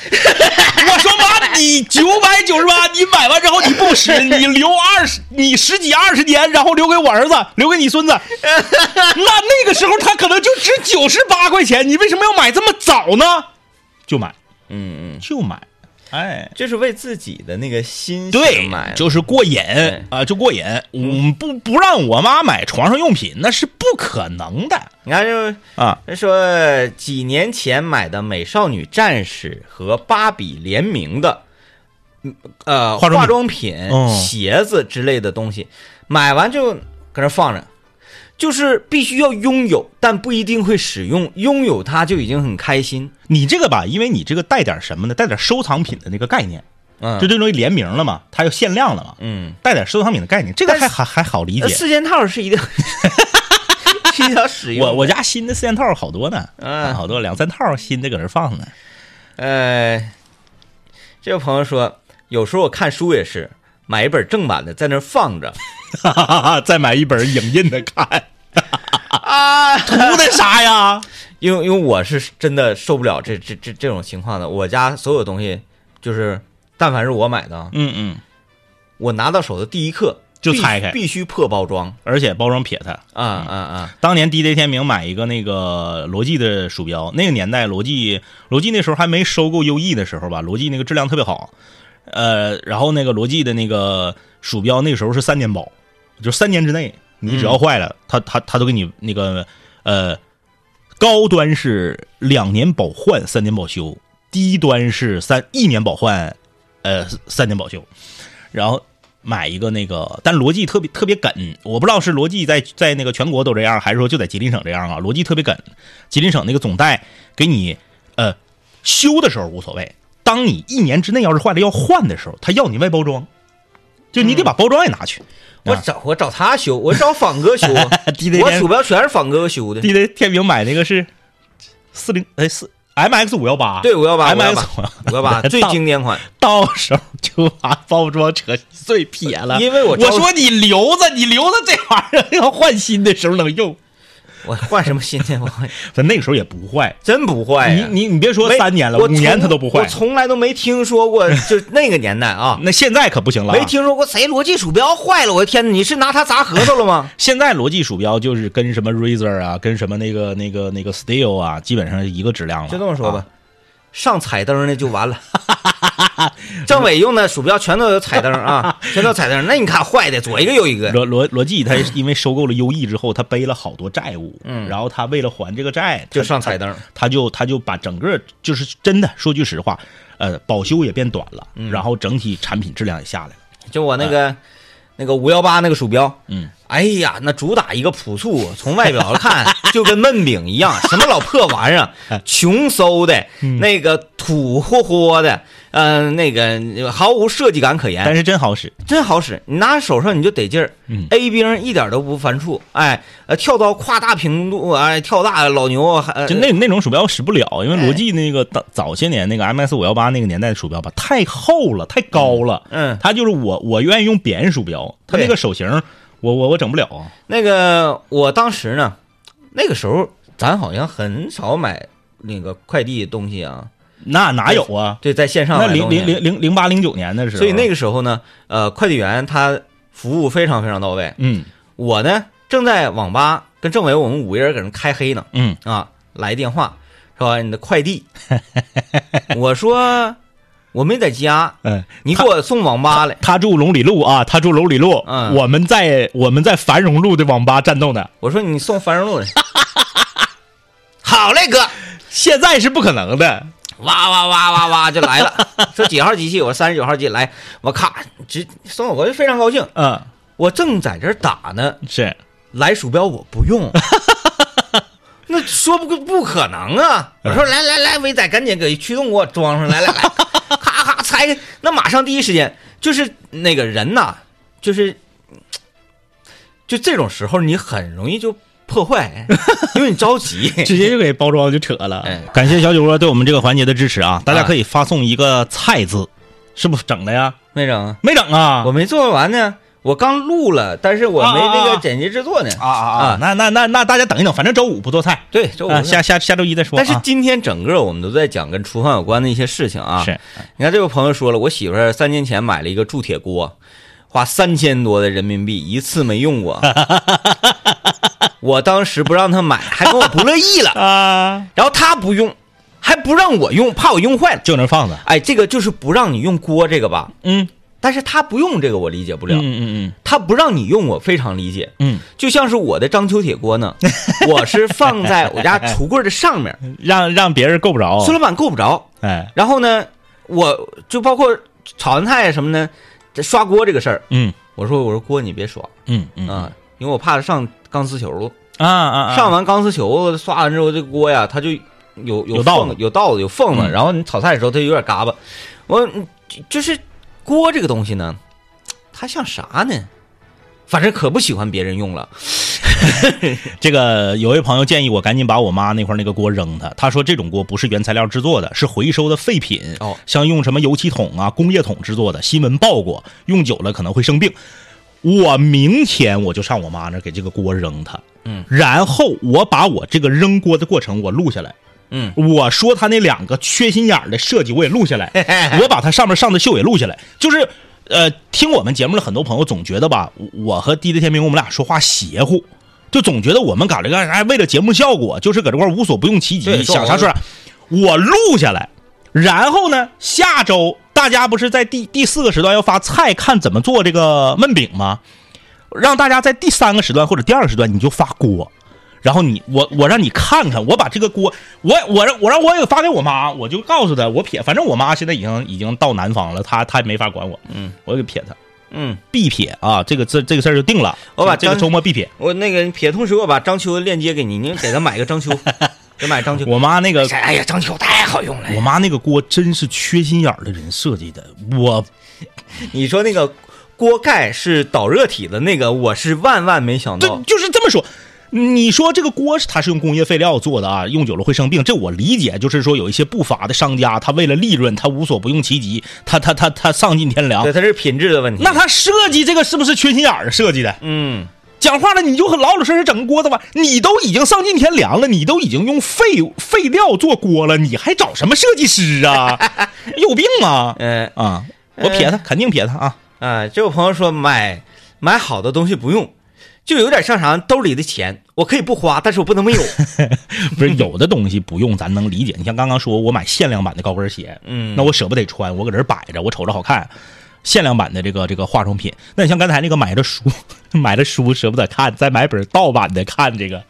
Speaker 1: 我说妈，你九百九十八，你买完之后你不使，你留二十，你十几二十年，然后留给我儿子，留给你孙子。那那个时候他可能就值九十八块钱，你为什么要买这么早呢？就买，
Speaker 2: 嗯嗯，
Speaker 1: 就买，哎。
Speaker 2: 这是为自己的那个心
Speaker 1: 对
Speaker 2: 情买，的，
Speaker 1: 就是过瘾
Speaker 2: 对
Speaker 1: 啊、就过瘾。我不不让我妈买床上用品，那是不可能的
Speaker 2: 你看就。
Speaker 1: 啊。
Speaker 2: 人说几年前买的《美少女战士》和芭比联名的，嗯呃，
Speaker 1: 化
Speaker 2: 化
Speaker 1: 妆品
Speaker 2: 妆品、
Speaker 1: 哦
Speaker 2: 鞋子之类的东西，买完就搁那放着，就是必须要拥有，但不一定会使用。拥有它就已经很开心。
Speaker 1: 你这个吧，因为你这个带点什么呢？带点收藏品的那个概念，
Speaker 2: 嗯，
Speaker 1: 就这东西联名了嘛，它又限量了嘛，
Speaker 2: 嗯，
Speaker 1: 带点收藏品的概念，这个还还还好理
Speaker 2: 呃
Speaker 1: 解。
Speaker 2: 四件套是一定是一定要使用的。
Speaker 1: 我我家新的四件套好多呢，
Speaker 2: 嗯
Speaker 1: 好多两三套新的搁这放呢。
Speaker 2: 呃，这位朋友说，有时候我看书也是买一本正版的，在那儿放着
Speaker 1: 再买一本影印的看，
Speaker 2: 啊，
Speaker 1: 图的啥呀？
Speaker 2: 因为因为我是真的受不了这这这这种情况的。我家所有东西就是，但凡是我买的啊，
Speaker 1: 嗯嗯，
Speaker 2: 我拿到手的第一刻
Speaker 1: 就
Speaker 2: 必
Speaker 1: 拆开嗯
Speaker 2: 必须破包装
Speaker 1: 而且包装撇它。
Speaker 2: 啊啊啊！
Speaker 1: 当年 DJ 天明买一个那个罗技的鼠标，那个年代罗技罗技那时候还没收购优异的时候吧，罗技那个质量特别好，呃，然后那个罗技的那个鼠标那时候是三年保，就三年之内你只要坏了，他他他都给你那个呃，高端是两年保换三年保修，低端是三一年保换，呃三年保修，然后买一个那个，但罗技特别特别梗，我不知道是罗技在在那个全国都这样，还是说就在吉林省这样啊？罗技特别梗，吉林省那个总代给你呃修的时候无所谓，当你一年之内要是坏了要换的时候，他要你外包装，就你得把包装也拿
Speaker 2: 嗯
Speaker 1: 去。
Speaker 2: 我找我找他修，我找仿 哥修，
Speaker 1: DJ
Speaker 2: 我鼠标全是仿哥修的。
Speaker 1: 地雷天明买那个是四零哎四 MX 五幺八，
Speaker 2: 对，我要把我要
Speaker 1: MX
Speaker 2: 把
Speaker 1: 五幺
Speaker 2: 我 要把最
Speaker 1: 到
Speaker 2: 经典款。
Speaker 1: 到手就把包装扯碎撇了。
Speaker 2: 因为我
Speaker 1: 我
Speaker 2: 招
Speaker 1: 说你留着，你留着这玩意儿要换新的时候能用。
Speaker 2: 我换什么新的？我
Speaker 1: 咱那个时候也不坏，
Speaker 2: 真不坏
Speaker 1: 你
Speaker 2: 哎呀、
Speaker 1: 你你别说
Speaker 2: 没
Speaker 1: 三年了，
Speaker 2: 我
Speaker 1: 五年它都不
Speaker 2: 从我
Speaker 1: 坏。
Speaker 2: 从来都没听说 过，就那个年代啊，
Speaker 1: 那现在可不行了啊，？
Speaker 2: 没听说过谁逻辑鼠标坏了。我的天哪，你是拿它砸核桃了吗
Speaker 1: 现在罗技鼠标就是跟什么 Razer 啊，跟什么那个那个那个 Steel 啊，基本上是一个质量了。
Speaker 2: 就这么说吧
Speaker 1: 啊，，
Speaker 2: 上彩灯的就 完了。政委用的鼠标全都有彩 灯啊，全都有彩灯。那你看坏的，左一个右一个。
Speaker 1: 罗罗罗技他因为收购了优异之后，他背了好多债务，
Speaker 2: 嗯
Speaker 1: 然后他为了还这个债，
Speaker 2: 就
Speaker 1: 他
Speaker 2: 上彩灯，
Speaker 1: 他就他就把整个就是真的说句实话，呃，保修也变短了，
Speaker 2: 嗯
Speaker 1: 然后整体产品质量也下来了。
Speaker 2: 就我那个那个五幺八那个鼠标，
Speaker 1: 嗯，
Speaker 2: 哎呀，那主打一个朴素，从外表 看就跟焖饼一样，什么老破玩意儿，
Speaker 1: 嗯
Speaker 2: 穷嗖的，那个土乎乎的，嗯、那个毫无设计感可言
Speaker 1: 但，是真好使。
Speaker 2: 真好使，你拿手上你就得劲儿。
Speaker 1: 嗯
Speaker 2: A 兵一点都不犯怵，哎，呃，跳刀跨大屏幕，哎，跳大老牛，还、呃
Speaker 1: 就那那种鼠标使不了，因为
Speaker 2: 哎
Speaker 1: 罗技那个早早些年那个 MS 五幺八那个年代的鼠标吧，太厚了，太高了。
Speaker 2: 嗯
Speaker 1: 它就是我我愿意用扁鼠标，它那
Speaker 2: 对
Speaker 1: 个手型我我我整不了啊。
Speaker 2: 那个我当时呢，那个时候咱好像很少买那个快递东西啊，
Speaker 1: 那哪有啊？
Speaker 2: 对，在线哎上
Speaker 1: 那
Speaker 2: 买
Speaker 1: 零
Speaker 2: 东西
Speaker 1: 零零零零八零九年的时候，
Speaker 2: 所以那
Speaker 1: 个
Speaker 2: 个时候呢，呃，快递员他服务非常非常到位。
Speaker 1: 嗯
Speaker 2: 我呢正在网吧跟政委我们五个人搁那开黑呢，
Speaker 1: 嗯
Speaker 2: 啊，来电话说哎你的快递， 我说我没在家，
Speaker 1: 嗯，
Speaker 2: 你给我送网吧来。
Speaker 1: 哎他住龙里路啊，他住龙里路，
Speaker 2: 嗯
Speaker 1: 我们在我们在繁荣路的网吧战斗呢。
Speaker 2: 我说你送繁荣路来。 好嘞，哥，
Speaker 1: 现在是不可能的，
Speaker 2: 哇哇哇哇哇就来了。 说几号机器？我说三十九号机来。我咔，直送我，我就非常高兴。
Speaker 1: 嗯，
Speaker 2: 我正在这儿打呢，
Speaker 1: 是
Speaker 2: 来鼠标我 不用。那说不不可能啊！
Speaker 1: 哎
Speaker 2: 我说来来来，伟仔赶紧给驱动给我装 上，来来来，咔咔拆开，那马上第一时间就是那个人呐，就是就这种时候你很容易就 破坏，因为你着急。
Speaker 1: 直接就给包装就扯了
Speaker 2: 哎。
Speaker 1: 感谢小酒窝对我们这个环节的支持啊！大家可以发送一个“菜”字，是不是整的呀？
Speaker 2: 没整啊，
Speaker 1: 没整啊
Speaker 2: 我？没做完呢，我刚录了，但是我没那
Speaker 1: 啊啊啊
Speaker 2: 个剪辑制作呢。
Speaker 1: 啊啊啊！那那那那大家等一等，反正周五不做菜，
Speaker 2: 对，就我
Speaker 1: 啊，下下下周一再说啊。
Speaker 2: 但是今天整个我们都在讲跟厨房有关的一些事情啊。
Speaker 1: 是，
Speaker 2: 你看这位朋友说了，我媳妇儿三年前买了一个铸铁锅，花三千多的人民币，一次没用过。我当时不让她买，还跟我不乐意了。
Speaker 1: 啊，
Speaker 2: 然后她不用，还不让我用，怕我用坏了。
Speaker 1: 就那儿放着。
Speaker 2: 哎，这个就是不让你用锅这个吧？
Speaker 1: 嗯，
Speaker 2: 但是她不用这个，我理解不了。
Speaker 1: 嗯嗯
Speaker 2: 她不让你用，我非常理解。
Speaker 1: 嗯
Speaker 2: 就像是我的章丘铁锅呢，我是放在我家橱柜的上面，
Speaker 1: 嗯，让让别人够不着
Speaker 2: 孙。老板够不着。
Speaker 1: 哎，
Speaker 2: 然后呢，我就包括炒完菜啊什么呢，这刷锅这个事儿，
Speaker 1: 嗯
Speaker 2: 我说我说锅你别刷
Speaker 1: 嗯嗯
Speaker 2: 啊，因为我怕上钢丝球了。
Speaker 1: 啊啊！
Speaker 2: 上完钢丝球刷完之后，这锅呀它就有
Speaker 1: 有道
Speaker 2: 道
Speaker 1: 子
Speaker 2: 子，有道子有缝子，
Speaker 1: 嗯
Speaker 2: 然后你炒菜的时候它有点嘎巴。我嗯就就是锅这个东西呢，它像啥呢？反正可不喜欢别人用了。
Speaker 1: 这个有位朋友建议我赶紧把我妈那块儿那个锅扔它，他说这种锅不是原材料制作的，是回收的废品，
Speaker 2: 哦
Speaker 1: 像用什么油漆桶啊、工业桶制作的，新闻报过，用久了可能会生病。我明天我就上我妈那儿给这个锅扔它，
Speaker 2: 嗯，
Speaker 1: 然后我把我这个扔锅的过程我录下来，
Speaker 2: 嗯，
Speaker 1: 我说他那两个缺心眼儿的设计我也录下来， 我把他上面上的秀也录下来。就是，呃，听我们节目的很多朋友总觉得吧，我和滴滴天明我们俩说话邪乎，就总觉得我们搞这个哎，为了节目效果，就是搁这块儿无所不用其极，
Speaker 2: 对
Speaker 1: 想啥说啥。我录下来，然后呢，下周大家不是在第第四个时段要发菜，看怎么做这个焖饼吗？让大家在第三个时段或者第二个时段你就发锅，然后你我我让你看看，我把这个锅，我我让我让我也发给我妈，我就告诉她，我撇，反正我妈现在已经已经到南方了，她她没法管我，
Speaker 2: 嗯，
Speaker 1: 我给撇她，
Speaker 2: 嗯，
Speaker 1: 必撇啊，这个这这个事儿就定了，
Speaker 2: 我把
Speaker 1: 这个这
Speaker 2: 张
Speaker 1: 个周末必撇。
Speaker 2: 我那个撇，同时我把章丘的链接给你，你给他买 个章丘，给买章丘。
Speaker 1: 我妈那个
Speaker 2: 哎呀，章丘太好用了。
Speaker 1: 我妈那个锅真是缺心眼儿的人设计的，我
Speaker 2: 你说那个锅盖是导热体的那个，我是万万没想
Speaker 1: 对
Speaker 2: 到，。
Speaker 1: 就是这么说。你说这个锅是它是用工业废料做的啊，用久了会生病，这我理解。就是说有一些不法的商家，他为了利润，他无所不用其极，他他他他丧尽天良
Speaker 2: 对，。它是品质的问题。
Speaker 1: 那他设计这个是不是缺心眼儿啊设计的？
Speaker 2: 嗯，
Speaker 1: 讲话了，你就老老实实整个锅子吧。你都已经丧尽天良了，你都已经用废废料做锅了，你还找什么设计师啊？有病啊！
Speaker 2: 呃
Speaker 1: 啊，我撇他，肯定撇他啊！
Speaker 2: 啊，这位朋友说买买好的东西不用，就有点像啥兜里的钱，我可以不花，但是我不 能没有。
Speaker 1: 不是有的东西不用，咱能理解。你像刚刚说，我买限量版的高跟鞋，
Speaker 2: 嗯
Speaker 1: 那我舍不得穿，我搁这儿摆着，我瞅着好看。限量版的这个这个化妆品，那你像刚才那个买的书， 买的书舍不得看，再买本盗版的看这个，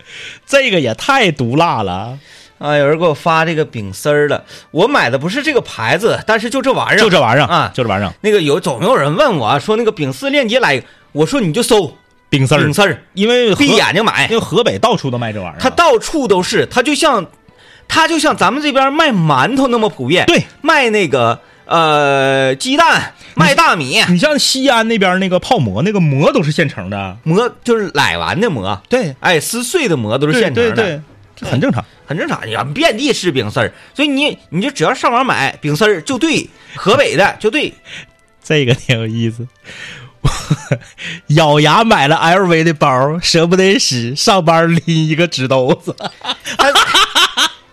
Speaker 1: 这个也太毒辣了。
Speaker 2: 啊，有人给我发这个饼丝儿了，我买的不是这个牌子，但是就这玩意儿，
Speaker 1: 就这玩意儿
Speaker 2: 啊
Speaker 1: 就这玩意儿，
Speaker 2: 那个有总有人问我啊说那个饼丝链接来一个，我说你就搜
Speaker 1: 冰丝儿，
Speaker 2: 饼丝儿，
Speaker 1: 因为河
Speaker 2: 闭眼睛买
Speaker 1: 因，为河北到处都卖这玩意儿啊，
Speaker 2: 它到处都是，它就像，它就像咱们这边卖馒头那么普遍，
Speaker 1: 对，
Speaker 2: 卖那个呃鸡蛋，卖大米，
Speaker 1: 你像西安那边那个泡馍，那个馍都是现成的，
Speaker 2: 馍就是奶丸的馍，
Speaker 1: 对，
Speaker 2: 哎，撕碎的馍都是
Speaker 1: 对
Speaker 2: 现成
Speaker 1: 对
Speaker 2: 的，
Speaker 1: 对，这很正常。
Speaker 2: 很正常，呀，遍地是饼丝儿，所以你你就只要上网买饼丝儿就对，河北的就对，
Speaker 1: 这个挺有意思。咬牙买了 LV 的包，舍不得使，上班拎一个纸兜子。
Speaker 2: 他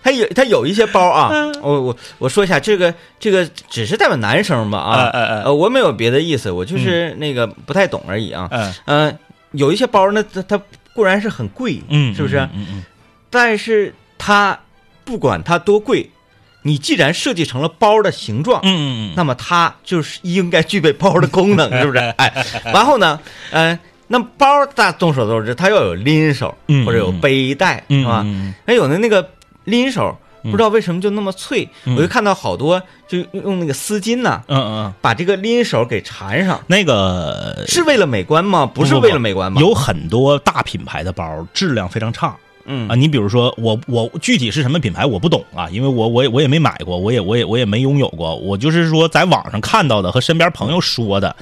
Speaker 2: 他有他有一些包啊，
Speaker 1: 嗯
Speaker 2: 我我我说一下，这个这个只是代表男生吧
Speaker 1: 嗯
Speaker 2: 啊，
Speaker 1: 嗯嗯
Speaker 2: 呃，我没有别的意思，我就是那个不太懂而已啊。
Speaker 1: 嗯
Speaker 2: 嗯、有一些包呢，它它固然是很贵，
Speaker 1: 嗯，
Speaker 2: 是不是？
Speaker 1: 嗯嗯
Speaker 2: 但是它不管它多贵，你既然设计成了包的形状，
Speaker 1: 嗯嗯
Speaker 2: 那么它就是应该具备包的功 能，是不是？哎，然后呢，嗯、那包大众所周知，它要有拎手
Speaker 1: 嗯，
Speaker 2: 或者有背带，
Speaker 1: 嗯，
Speaker 2: 是吧？
Speaker 1: 嗯
Speaker 2: 哎，有的那个拎手，
Speaker 1: 嗯
Speaker 2: 不知道为什么就那么脆，
Speaker 1: 嗯
Speaker 2: 我就看到好多就用那个丝巾呐、
Speaker 1: 嗯嗯，
Speaker 2: 把这个拎手给缠上，
Speaker 1: 那个
Speaker 2: 是为了美观吗？不是为了美观吧？
Speaker 1: 有很多大品牌的包质量非常差。
Speaker 2: 嗯
Speaker 1: 啊，你比如说我我具体是什么品牌我不懂啊，因为我我也我也没买过，我也我也我也没拥有过，我就是说在网上看到的和身边朋友说的，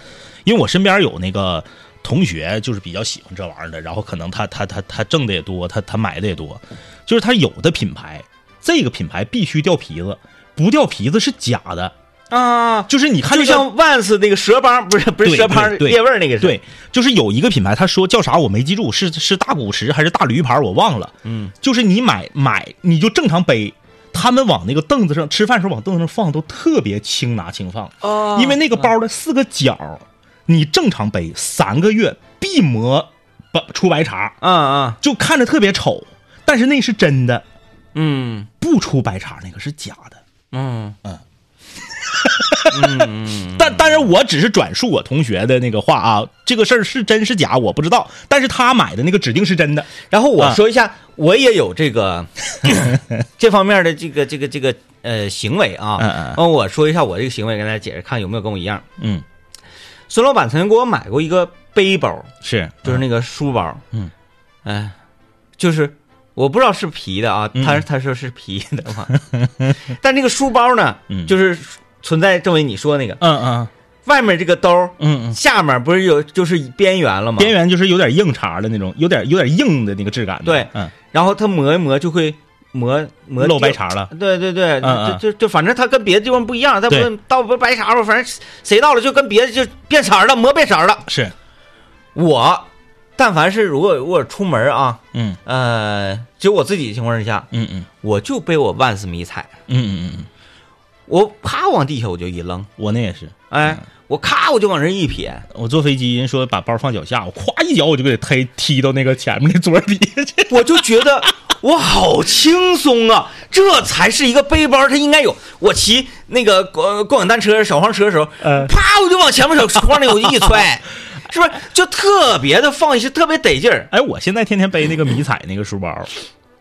Speaker 1: 因为我身边有那个同学就是比较喜欢这玩意儿的，然后可能他他他他挣的也多，他他买的也多，就是他有的品牌这个品牌必须掉皮子，不掉皮子是假的，
Speaker 2: 啊，
Speaker 1: 就是你看那
Speaker 2: 就
Speaker 1: 个
Speaker 2: 像万斯那个蛇帮，不是不是
Speaker 1: 对
Speaker 2: 蛇帮
Speaker 1: 对对
Speaker 2: 裂味儿那个是，
Speaker 1: 对，就是有一个品牌，他说叫啥我没记住，是是大古驰还是大驴牌，我忘了。
Speaker 2: 嗯，
Speaker 1: 就是你买买你就正常背，他们往那个凳子上吃饭时候往凳子上放都特别轻拿轻放，
Speaker 2: 哦
Speaker 1: 因为那个包的四个角，你正常背三个月必磨白出白茬，
Speaker 2: 啊啊
Speaker 1: 就看着特别丑，但是那是真的，
Speaker 2: 嗯
Speaker 1: 不出白茬那个是假的。
Speaker 2: 嗯
Speaker 1: 但当然，我只是转述我同学的那个话啊，这个事儿是真是假我不知道，但是他买的那个指定是真的。
Speaker 2: 然后我
Speaker 1: 啊
Speaker 2: 说一下，我也有 这个这方面的这个这个这个呃行为啊。
Speaker 1: 嗯嗯嗯
Speaker 2: 然后我说一下我这个行为，跟大家解释看有没有跟我一样。
Speaker 1: 嗯，
Speaker 2: 孙老板曾经给我买过一个背包，
Speaker 1: 是，
Speaker 2: 就是那个书包。
Speaker 1: 嗯，
Speaker 2: 哎，就是我不知道是皮的啊，
Speaker 1: 嗯
Speaker 2: 他他说是皮的 嘛，但这个书包呢，
Speaker 1: 嗯
Speaker 2: 就是存在正为你说那个
Speaker 1: 嗯嗯
Speaker 2: 外面这个兜。
Speaker 1: 嗯嗯，
Speaker 2: 下面不是有就是边缘了吗？
Speaker 1: 边缘就是有点硬茬的那种，有点有点硬的那个质感的。
Speaker 2: 对
Speaker 1: 嗯，
Speaker 2: 然后它磨一磨就会磨磨
Speaker 1: 露白
Speaker 2: 掉
Speaker 1: 茬了。
Speaker 2: 对对对，
Speaker 1: 嗯嗯
Speaker 2: 就就就反正它跟别的地方不一样，它不
Speaker 1: 对
Speaker 2: 到不白茬吧，反正谁到了就跟别的就变色儿了，磨变色儿了。
Speaker 1: 是，
Speaker 2: 我但凡是如果我出门啊，
Speaker 1: 嗯
Speaker 2: 呃，只有我自己的情况之下，
Speaker 1: 嗯嗯
Speaker 2: 我就被我万斯迷踩，
Speaker 1: 嗯嗯嗯，
Speaker 2: 我啪往地下我就一扔，
Speaker 1: 我那也是，
Speaker 2: 哎，我咔我就往这一撇，
Speaker 1: 我坐飞机，人说把包放脚下，我咵一脚我就给踢踢到那个前面那桌底下 去。
Speaker 2: 我就觉 得我好轻松啊，这才是一个背包它应该有。我骑那个呃共享单车、小黄车的时候，
Speaker 1: 嗯
Speaker 2: 啪我就往前面小窗里我就一 踹，是不是就特别的放心，特别得劲儿？
Speaker 1: 哎，我现在天天背那个迷彩那个书包，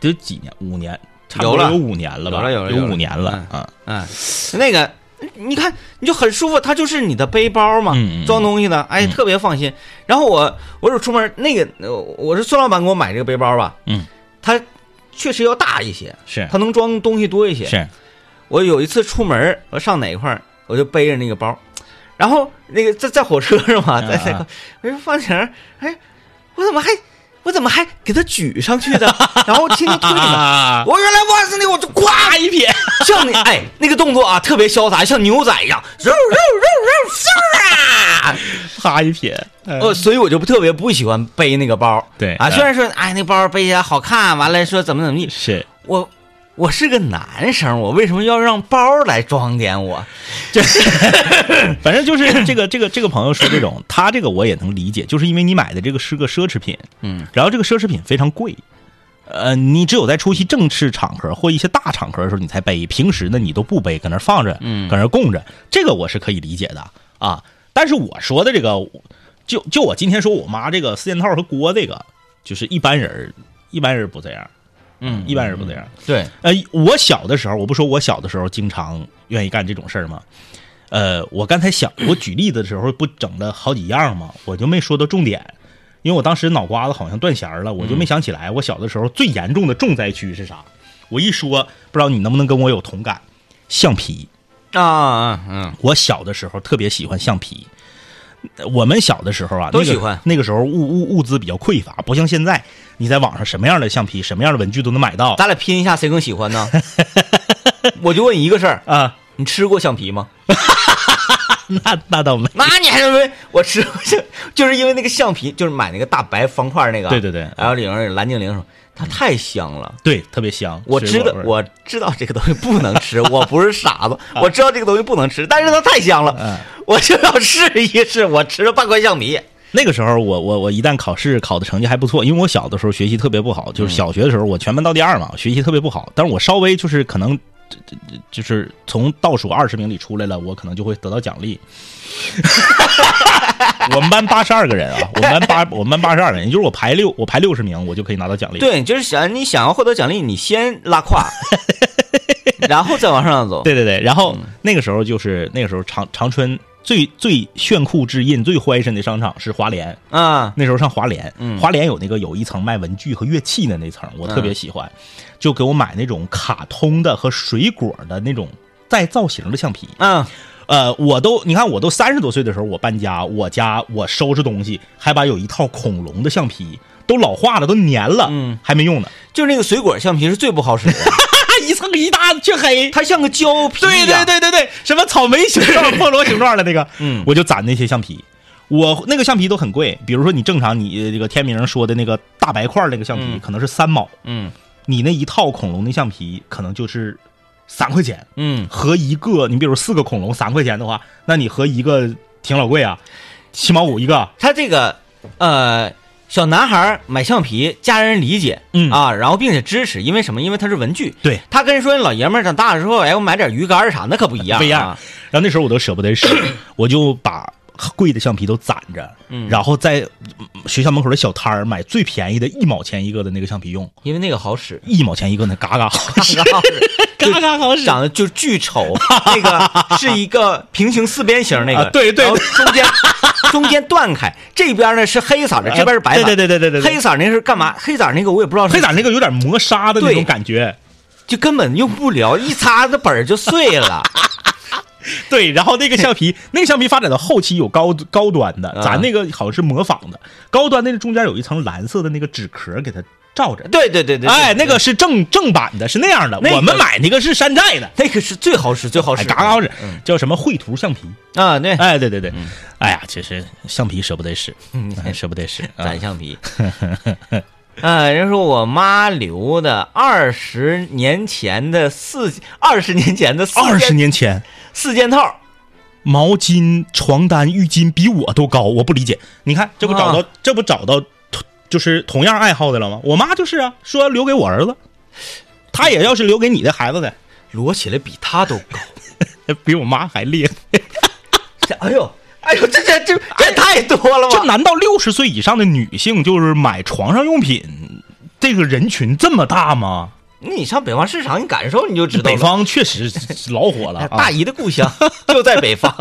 Speaker 1: 得几年？五年，差不
Speaker 2: 有
Speaker 1: 多
Speaker 2: 了
Speaker 1: 有五年了吧？
Speaker 2: 有了有了有了
Speaker 1: 五年了啊。
Speaker 2: 嗯，那个你看你就很舒服，它就是你的背包嘛，
Speaker 1: 嗯嗯嗯
Speaker 2: 装东西的，哎，特别放心。然后我我有出门那个，呃我是孙老板给我买这个背包吧，
Speaker 1: 嗯，
Speaker 2: 它确实要大一些，
Speaker 1: 是
Speaker 2: 它能装东西多一些，
Speaker 1: 是，
Speaker 2: 我有一次出门儿，我上哪块儿，我就背着那个包，然后那个在在火车上嘛，
Speaker 1: 嗯
Speaker 2: 在在，我说放晴儿，哎，我怎么还我怎么还给他举上去的？然后轻轻推了，
Speaker 1: 啊，
Speaker 2: 我原来忘是那个，我就咵一撇，像你哎那个动作啊，特别潇洒，像牛仔一样，肉肉肉肉是
Speaker 1: 啪一撇，哎
Speaker 2: 啊！呃，所以我就不特别不喜欢背那个包，
Speaker 1: 对
Speaker 2: 啊，
Speaker 1: 嗯
Speaker 2: 虽然说哎那包背起来好看，完了说怎么怎么地，
Speaker 1: 是
Speaker 2: 我我是个男生，我为什么要让包来装点我？
Speaker 1: 反正就是这个这个这个朋友说这种，他这个我也能理解，就是因为你买的这个是个奢侈品，
Speaker 2: 嗯，
Speaker 1: 然后这个奢侈品非常贵，呃，你只有在出席正式场合或一些大场合的时候你才背，平时呢你都不背，搁那儿放着，
Speaker 2: 嗯
Speaker 1: 搁那儿供着，这个我是可以理解的啊。但是我说的这个，就就我今天说我妈这个四件套和锅这个，就是一般人儿一般人儿不这样，
Speaker 2: 嗯
Speaker 1: 一般人儿不这样。
Speaker 2: 对，
Speaker 1: 呃，我小的时候，我不说我小的时候经常愿意干这种事儿吗？呃，我刚才想，我举例子的时候不整了好几样吗？我就没说到重点，因为我当时脑瓜子好像断弦儿了，我就
Speaker 2: 嗯
Speaker 1: 没想起来我小的时候最严重的重灾区是啥。我一说，不知道你能不能跟我有同感？橡皮，
Speaker 2: 啊啊嗯，
Speaker 1: 我小的时候特别喜欢橡皮。呃我们小的时候啊，
Speaker 2: 都喜欢
Speaker 1: 那个。那个时候物物物资比较匮乏，不像现在，你在网上什么样的橡皮、什么样的文具都能买到
Speaker 2: 咱俩拼一下谁更 喜欢呢？我就问一个事儿，
Speaker 1: 啊。
Speaker 2: 你吃过橡皮吗？
Speaker 1: 那那倒没。
Speaker 2: 那你还认为我吃就就是因为那个橡皮，就是买那个大白方块那个，
Speaker 1: 对对对
Speaker 2: 然后里面有蓝精灵什么，它太香了。
Speaker 1: 对，特别香。
Speaker 2: 我
Speaker 1: 水
Speaker 2: 知
Speaker 1: 果
Speaker 2: 道
Speaker 1: 味儿
Speaker 2: 我知道这个东西不能 吃，我不是傻子，我知道这个东西不能吃，但是它太香
Speaker 1: 啊嗯
Speaker 2: 了，我就要试一试。我吃了半块橡皮，
Speaker 1: 那个时候我我我一旦考试考的成绩还不错，因为我小的时候学习特别不
Speaker 2: 嗯
Speaker 1: 好，就是小学的时候我全班倒第二嘛，学习特别不好。但是我稍微就是可能，这这这就是从倒数二十名里出来了，我可能就会得到奖 励。我们班八十二个人啊，我们班八我们班八十二个人，也就是我排六我排六十名，我就可以拿到奖励。
Speaker 2: 对，就是想你想要获得奖励，你先 拉胯，然后再往上走。
Speaker 1: 对对对，然
Speaker 2: 嗯
Speaker 1: 后那个时候就是那个时候长长春最最炫酷之印、最欢身的商场是华联，
Speaker 2: 啊，
Speaker 1: 那时候上华联，
Speaker 2: 嗯
Speaker 1: 华联有那个有一层卖文具和乐器的那层，我特别喜欢，就给我买那种卡通的和水果的那种带造型的橡皮。
Speaker 2: 嗯，
Speaker 1: 呃，我都你看，我都三十多岁的时候，我搬家，我家我收拾东西，还把有一套恐龙的橡皮都老化了，都粘了，
Speaker 2: 嗯，
Speaker 1: 还没用呢，
Speaker 2: 就是那个水果橡皮是最不好使的，
Speaker 1: 啊，一蹭一大黢黑。
Speaker 2: 它像个胶皮
Speaker 1: 对
Speaker 2: 一
Speaker 1: 对
Speaker 2: 样。
Speaker 1: 对对对，什么草莓形状、菠萝形状的那个，
Speaker 2: 嗯
Speaker 1: 我就攒那些橡皮。我那个橡皮都很贵，比如说你正常你呃这个天明说的那个大白块儿那个橡皮，
Speaker 2: 嗯
Speaker 1: 可能是三毛，
Speaker 2: 嗯
Speaker 1: 你那一套恐龙的橡皮可能就是三块钱，
Speaker 2: 嗯，
Speaker 1: 和一个你比如四个恐龙三块钱的话，那你和一个挺老贵啊，七毛五一个，
Speaker 2: 他这个呃，小男孩买橡皮，家人理解，
Speaker 1: 嗯
Speaker 2: 啊，然后并且支持，因为什么？因为它是文具。
Speaker 1: 对，
Speaker 2: 他跟人说老爷们儿长大了之后，哎，我买点鱼竿儿啥，那可不一样、啊，
Speaker 1: 不一样。然后那时候我都舍不得 使，我就把贵的橡皮都攒着，
Speaker 2: 嗯
Speaker 1: 然后在学校门口的小摊儿买最便宜的一毛钱一个的那个橡皮用，。
Speaker 2: 因为那个好使
Speaker 1: 一毛钱一个那嘎嘎 好使，嘎嘎好使。
Speaker 2: 长得就巨丑，那个是一个平行四边形那个，
Speaker 1: 啊对对
Speaker 2: 然后中间中间断开，这边呢是黑色儿的，这边是白色儿，
Speaker 1: 哎啊对对对对对对对
Speaker 2: 黑色儿那是干嘛？黑色儿那个我也不知道是，
Speaker 1: 黑色那个有点磨砂的那种
Speaker 2: 对
Speaker 1: 感觉，
Speaker 2: 就根本用不了，一擦那本儿就碎 了。
Speaker 1: 对，然后那个橡 皮，那个橡皮发展到后期有高高端
Speaker 2: 啊
Speaker 1: 的，咱那个好像是模仿的，高端那个中间有一层蓝色的那个纸壳给它罩着。
Speaker 2: 对对对对，
Speaker 1: 哎，
Speaker 2: 对
Speaker 1: 那个是正正版的，是那样的。
Speaker 2: 那个
Speaker 1: 我们买那个是山寨的，
Speaker 2: 那个是最好使，最好
Speaker 1: 哎，
Speaker 2: 使，
Speaker 1: 嘎嘎好使
Speaker 2: 嗯，
Speaker 1: 叫什么绘图橡皮？
Speaker 2: 啊，对，
Speaker 1: 哎，对对对，哎呀，其实橡皮舍不得使，
Speaker 2: 嗯
Speaker 1: 哎舍不得使。啊
Speaker 2: 攒橡 皮。啊，人说我妈留的二十年前的四，二十年前的四
Speaker 1: 二十
Speaker 2: 件
Speaker 1: 年前，
Speaker 2: 四件套，
Speaker 1: 毛巾、床单、浴巾比我都高，我不理解。你看，这不找
Speaker 2: 啊
Speaker 1: 到，这不找到同，就是同样爱好的了吗？我妈就是啊，说留给我儿子，他也要是留给你的孩子的，
Speaker 2: 摞起来比她都高。
Speaker 1: 比我妈还厉害。
Speaker 2: 这哎呦，哎呦，这这 这这太多了
Speaker 1: 这
Speaker 2: 吧？
Speaker 1: 难道六十岁以上的女性就是买床上用品这个人群这么大吗？
Speaker 2: 你上北方市场，你感受你就知道
Speaker 1: 北
Speaker 2: 了。
Speaker 1: 方确实是老火了、
Speaker 2: 哎
Speaker 1: 啊，
Speaker 2: 大姨的故乡就在北方，